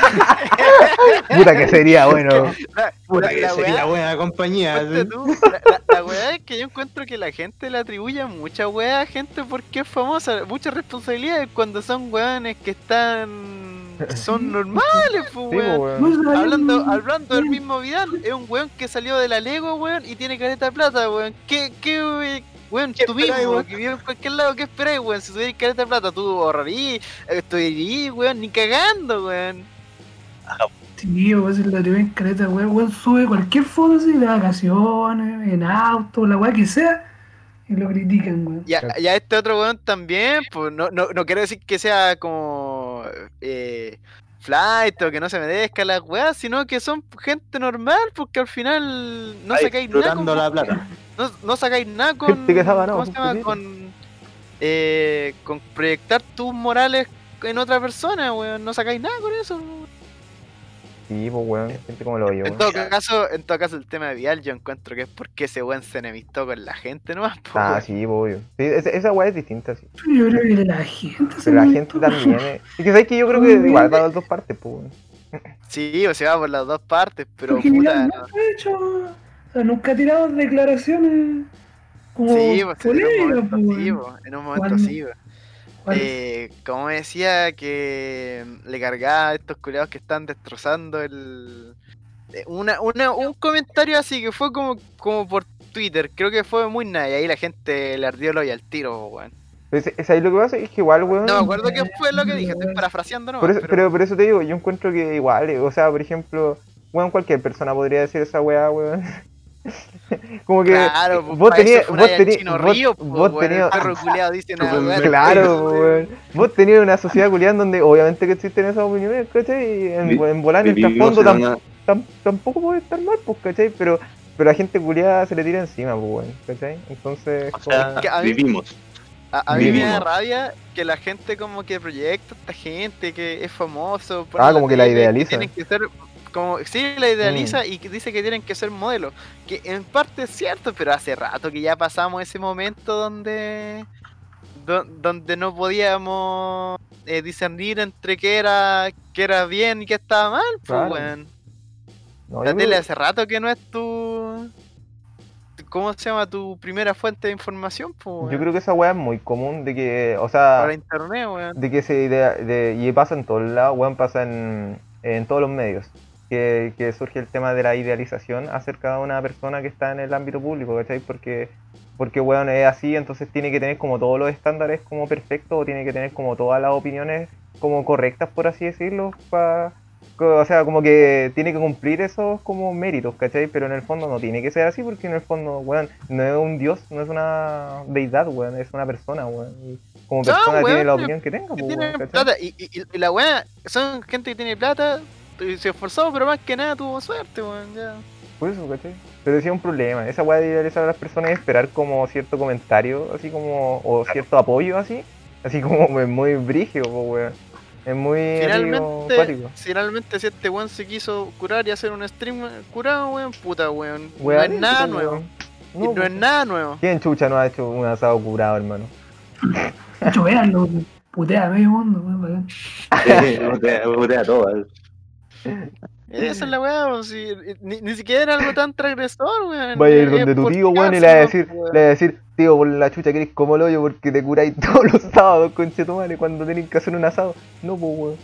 Speaker 2: Puta que sería, bueno.
Speaker 3: la-
Speaker 4: Puta
Speaker 3: la-
Speaker 4: que
Speaker 3: la
Speaker 4: sería
Speaker 3: weá-
Speaker 4: buena compañía.
Speaker 3: ponte
Speaker 4: así.
Speaker 3: tú, la- la- La weá es que yo encuentro que la gente le atribuye mucha weá a gente porque es famosa, mucha responsabilidad cuando son weones que están. son normales, pues
Speaker 2: Sí,
Speaker 3: weón.
Speaker 5: No
Speaker 2: weón.
Speaker 5: se vayan-
Speaker 3: Hablando, hablando del mismo Vidal, es un weón que salió de la Lego, weón, y tiene careta de plata, weón. ¿Qué, qué, we- weón,
Speaker 4: ¿Qué
Speaker 3: tú
Speaker 4: esperáis,
Speaker 3: mismo,
Speaker 4: weón?
Speaker 3: que vive en cualquier lado, qué esperáis, weón? Si tuvieras careta de plata, tú ahorrarías, estudiarías, weón, ni cagando, weón.
Speaker 5: Sí, weón, si la llevé en careta, weón, weón, sube cualquier foto así, de vacaciones, en auto, la weá que sea, y lo critican, weón.
Speaker 3: Y a, y a este otro weón también, pues no, no, no quiero decir que sea como eh, flight o que no se merezca las weas, sino que son gente normal, porque al final no
Speaker 4: Ahí,
Speaker 3: sacáis nada. con-
Speaker 4: Disfrutando la plata.
Speaker 3: no, no sacáis nada con.
Speaker 2: Gente que estaba, no,
Speaker 3: ¿Cómo se
Speaker 2: pues,
Speaker 3: llama?
Speaker 2: sí.
Speaker 3: Con, eh, con proyectar tus morales en otra persona, weón. No sacáis nada con eso.
Speaker 2: Sí, pues, weón. Gente como lo oye,
Speaker 3: En
Speaker 2: weón.
Speaker 3: todo caso, en todo caso el tema de Vial yo encuentro que es porque ese weón se enemistó con la gente nomás. po,
Speaker 2: Ah,
Speaker 3: weón.
Speaker 2: sí, pues, obvio. Sí, esa, esa weá es distinta, sí.
Speaker 5: Yo creo que la gente se
Speaker 2: Pero la
Speaker 5: me-
Speaker 2: gente
Speaker 5: *laughs*
Speaker 2: también. eh. Es que sabes que yo creo que igual para las dos partes, pues, weón.
Speaker 3: Sí, o sea, va por las dos partes, pero
Speaker 5: Porque
Speaker 3: puta,
Speaker 5: Vidal nunca ha hecho, o sea, nunca ha tirado declaraciones como
Speaker 3: Sí, pues, en un
Speaker 5: polémicas,
Speaker 3: momento
Speaker 5: pues,
Speaker 3: sí,
Speaker 5: weón.
Speaker 3: pues, en un momento
Speaker 5: Cuando-
Speaker 3: sí, pues.
Speaker 5: Cuando-
Speaker 3: Eh, como me decía que le cargaba a estos culiados que están destrozando el... eh, Una, una, un comentario así que fue como, como por Twitter, creo que fue muy nada, y ahí la gente le ardió el hoyo al tiro, pues, weón.
Speaker 2: Entonces, es ahí lo que pasa es que igual, weón.
Speaker 3: No me acuerdo qué fue lo que dije, estoy parafraseando nomás,
Speaker 2: por eso,
Speaker 3: pero-
Speaker 2: pero por eso te digo, yo encuentro que igual, eh, o sea, por ejemplo, weón, cualquier persona podría decir esa weá, weón. *laughs* Como que
Speaker 3: Claro, pues,
Speaker 2: vos
Speaker 3: para eso
Speaker 2: tenías,
Speaker 3: fue
Speaker 2: vos
Speaker 3: una
Speaker 2: tenías,
Speaker 3: Chino
Speaker 2: vos,
Speaker 3: Río, pues,
Speaker 2: vos
Speaker 3: weón, el
Speaker 2: tenías,
Speaker 3: perro culiado dice una
Speaker 4: Pues,
Speaker 3: weá,
Speaker 2: claro,
Speaker 3: *laughs* sí.
Speaker 2: weón, vos tenías una sociedad culiada en donde obviamente que existen esas opiniones, ¿cachai? Y en,
Speaker 4: Vi-
Speaker 2: en volar en el
Speaker 4: Vivimos
Speaker 2: trasfondo
Speaker 4: en
Speaker 2: tam-
Speaker 4: una-
Speaker 2: tam- tampoco puede estar mal, pues, ¿cachai? Pero, pero a gente culiada se le tira encima, pues, weón, ¿cachai? Entonces,
Speaker 4: o
Speaker 2: como-
Speaker 4: sea,
Speaker 3: que a mí-
Speaker 4: vivimos.
Speaker 3: A, a mí me da
Speaker 4: Vivimos.
Speaker 3: rabia que la gente como que proyecta a esta gente que es famoso. por
Speaker 2: Ah, como que la
Speaker 3: tele,
Speaker 2: idealiza. Mm.
Speaker 3: tienen que ser, como, sí, la idealiza y que dice que tienen que ser modelos. Que en parte es cierto, pero hace rato que ya pasamos ese momento donde, do- donde no podíamos eh, discernir entre qué era, qué era bien y qué estaba mal. pues,
Speaker 2: Claro.
Speaker 3: weón.
Speaker 2: no, yo
Speaker 3: La
Speaker 2: creo-
Speaker 3: tele hace rato que no es tu... ¿Cómo se llama tu primera fuente de información? po,
Speaker 2: Yo
Speaker 3: weón?
Speaker 2: creo que esa weá es muy común de que, o sea,
Speaker 3: Para internet, weón.
Speaker 2: de que se idea, de, y pasa en todos lados, weón, pasa en, en todos los medios. Que, que surge el tema de la idealización acerca de una persona que está en el ámbito público, ¿cachai? Porque, porque weón, es así, entonces tiene que tener como todos los estándares como perfectos, o tiene que tener como todas las opiniones como correctas, por así decirlo, pa- co- o sea, como que tiene que cumplir esos como méritos, ¿cachai? Pero en el fondo no tiene que ser así, porque en el fondo, weón, no es un dios, no es una deidad, weón, es una persona, weón. Y como
Speaker 3: No,
Speaker 2: persona tiene
Speaker 3: weón,
Speaker 2: la
Speaker 3: pero-
Speaker 2: opinión que tenga,
Speaker 3: Que
Speaker 2: po,
Speaker 3: tienen
Speaker 2: weón, ¿cachai?
Speaker 3: plata. Y, y- y la weá, son gente que tiene plata, y se esforzó, pero más que nada tuvo suerte, weón. ya.
Speaker 2: Por eso, ¿cachai? Pero sí es un problema. Esa weá de idealizar a las personas y esperar como cierto comentario, así como, o cierto apoyo, así. Así como *laughs* es muy brígido, po, weón. Es muy así como
Speaker 3: Finalmente,
Speaker 2: Eh, cuático.
Speaker 3: si realmente si este weón se quiso curar y hacer un stream curado, weón, puta weón.
Speaker 2: Weá,
Speaker 3: no
Speaker 2: sí,
Speaker 3: es nada
Speaker 2: po,
Speaker 3: nuevo.
Speaker 2: weón.
Speaker 3: Y
Speaker 2: No,
Speaker 3: no
Speaker 2: po.
Speaker 3: es nada
Speaker 2: *clears throat*
Speaker 3: nuevo.
Speaker 2: ¿Quién chucha no ha hecho un asado curado, hermano?
Speaker 5: De hecho, véanlo, weón. putea a medio mundo, weón, bacán.
Speaker 4: Putea- putea todo, eh.
Speaker 3: Esa es la weá, weón, si- ni, ni siquiera era algo tan transgresor, weón.
Speaker 2: Vaya a ir
Speaker 3: Es
Speaker 2: donde tu
Speaker 3: por
Speaker 2: tío, weón, y
Speaker 3: casa,
Speaker 2: le va a
Speaker 3: weón,
Speaker 2: decir,
Speaker 3: weón.
Speaker 2: le va a decir, tío, por la chucha que eres como el hoyo porque te curáis *laughs* todos los sábados, conchetumare, cuando tenéis que hacer un asado. No, po, weón.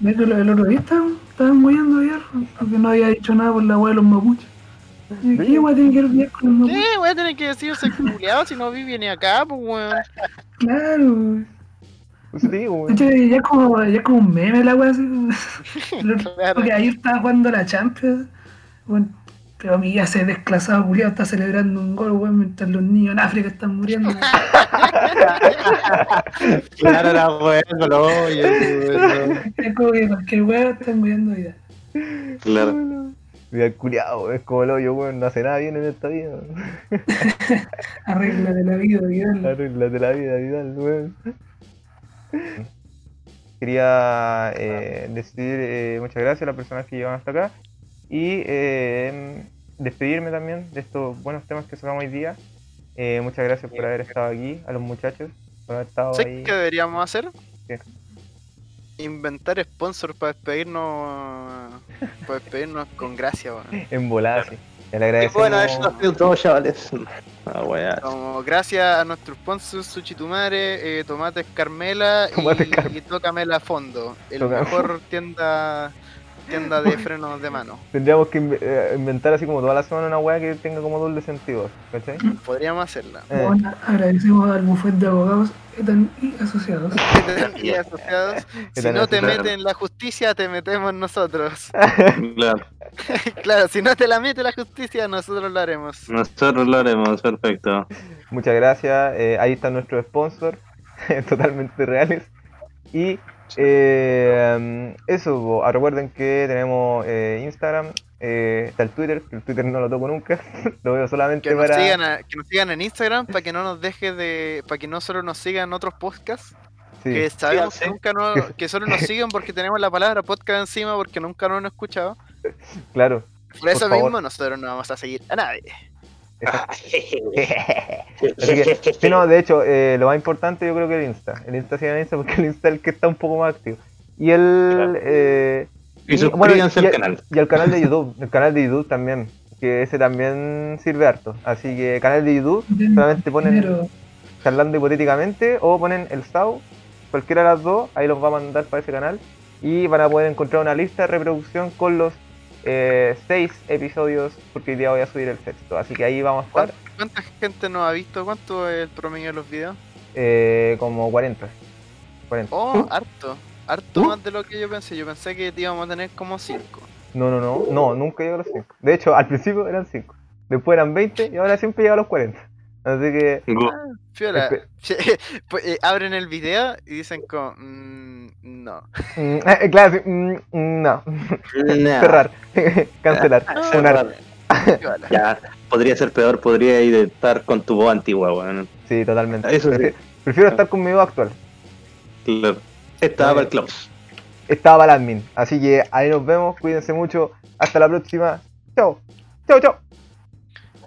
Speaker 5: ¿Ves que lo del otro día estaban, estaban moviendo ayer? Porque no había dicho nada por la weá de los mapuches. Y, ¿Qué weá tiene que ver bien con los mapuches?
Speaker 3: ¿Qué? Voy a tener que decirse culiado si no vive ni acá, pues weón.
Speaker 5: Claro, weón.
Speaker 2: Pues te digo,
Speaker 5: De
Speaker 2: weón.
Speaker 5: hecho, ya es como, ya es como un meme la weá así. weón.
Speaker 3: Claro.
Speaker 5: Porque ayer estaba jugando la Champions. weón, pero mi guía se desclasado, culiado, está celebrando un gol, weón, mientras los niños en África están muriendo. weón.
Speaker 4: Claro, la weá con los hoyos, weón.
Speaker 5: Es como que cualquier weón están muriendo vida.
Speaker 4: Claro.
Speaker 2: Mira, el culiao, es como el hoyo, weón, no hace nada bien en esta vida. weón.
Speaker 5: Arregla de la vida, vida.
Speaker 2: Arréglate la vida, Vidal, weón. Quería eh, decir eh, muchas gracias a las personas que llevan hasta acá y eh, despedirme también de estos buenos temas que sacamos hoy día. Eh, muchas gracias por haber estado aquí, a los muchachos, por haber estado ahí.
Speaker 3: ¿Sabes qué deberíamos hacer?
Speaker 2: ¿Qué?
Speaker 3: Inventar sponsors para despedirnos. Para despedirnos con gracia, weón.
Speaker 2: En volada, sí. Ya le
Speaker 4: Qué
Speaker 2: agradecemos.
Speaker 4: Eh, bueno haber nacido todos, chavales. La weá.
Speaker 3: Como gracias a nuestro sponsor Suchitumare, eh, Tomates Carmela
Speaker 2: Tomates
Speaker 3: y,
Speaker 2: Carmela.
Speaker 3: y Tócamela Fondo, el
Speaker 2: Tócame.
Speaker 3: mejor tienda tienda de frenos de mano.
Speaker 2: Tendríamos que inve- eh, inventar así como toda la semana una weá que tenga como doble sentido, ¿cachai?
Speaker 3: Podríamos
Speaker 2: *laughs*
Speaker 3: hacerla.
Speaker 2: Eh.
Speaker 5: Bueno, agradecemos al bufete de abogados Etan y asociados.
Speaker 3: Y asociados, si
Speaker 2: Etan
Speaker 3: no te
Speaker 4: asociados.
Speaker 3: meten la justicia, te metemos nosotros. *laughs*
Speaker 4: Claro.
Speaker 3: claro, si no te la mete la justicia, nosotros lo haremos.
Speaker 4: Nosotros lo haremos, perfecto.
Speaker 2: Muchas gracias. eh, ahí está nuestro sponsor, *laughs* totalmente reales. Y eh, eso, bo, ah, recuerden que tenemos eh, Instagram, eh, está el Twitter, que el Twitter no lo toco nunca, *laughs* lo veo solamente
Speaker 3: Que nos,
Speaker 2: para...
Speaker 3: sigan a- que nos sigan en Instagram para que no nos deje de. para que no solo nos sigan otros podcasts.
Speaker 2: Sí,
Speaker 3: Que sabemos que
Speaker 4: Síganse.
Speaker 3: nunca no, que solo nos siguen porque tenemos la palabra podcast encima porque nunca nos han escuchado.
Speaker 2: claro.
Speaker 3: Por eso
Speaker 2: favor.
Speaker 3: mismo nosotros no vamos a seguir a nadie.
Speaker 2: Así que, sí, no, de hecho, eh, lo más importante yo creo que el Insta. El Insta sí, el Insta, porque el Insta es el que está un poco más activo. Y el...
Speaker 4: Claro.
Speaker 2: eh,
Speaker 4: Y
Speaker 2: bueno,
Speaker 4: suscríbanse
Speaker 2: y-
Speaker 4: al canal.
Speaker 2: Y al canal de YouTube, el canal de YouTube también, que ese también sirve harto. Así que canal de YouTube, solamente ponen
Speaker 5: Pero
Speaker 2: charlando hipotéticamente o ponen el SAU, cualquiera de las dos, ahí los va a mandar para ese canal y van a poder encontrar una lista de reproducción con los eh, seis episodios, porque hoy día voy a subir el sexto. Así que ahí vamos a estar
Speaker 3: ¿Cuánta gente nos ha visto? ¿Cuánto es el promedio de los videos?
Speaker 2: eh, como 40. 40.
Speaker 3: Oh, harto.
Speaker 2: ¿Mm?
Speaker 3: Harto más de lo que yo pensé. Yo pensé que íbamos a tener como 5.
Speaker 2: No, no, no, no, nunca llego a los 5. De hecho, al principio eran 5, después eran 20 y ahora siempre llega a los 40. Así que...
Speaker 4: Go-
Speaker 3: Fiola.
Speaker 2: Espe-
Speaker 3: *laughs* Pues, eh, abren el video y dicen como. "Mm,
Speaker 2: *laughs*
Speaker 3: no.
Speaker 2: Mm, eh, claro, sí, mm, mm, no.
Speaker 4: Nah,
Speaker 2: Cerrar. *laughs* Cancelar. Funar.
Speaker 4: Ah, cerrar.
Speaker 3: Fiola.
Speaker 4: Ya, podría ser peor, podría ir estar con tu voz antigua, weón.
Speaker 2: Sí, totalmente.
Speaker 4: Eso sí.
Speaker 2: Prefi- Prefiero estar con mi voz actual.
Speaker 4: Claro. Estaba para el club.
Speaker 2: Estaba para el admin. Así que ahí nos vemos. Cuídense mucho. Hasta la próxima. Chao. Chao, chao.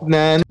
Speaker 4: Nah,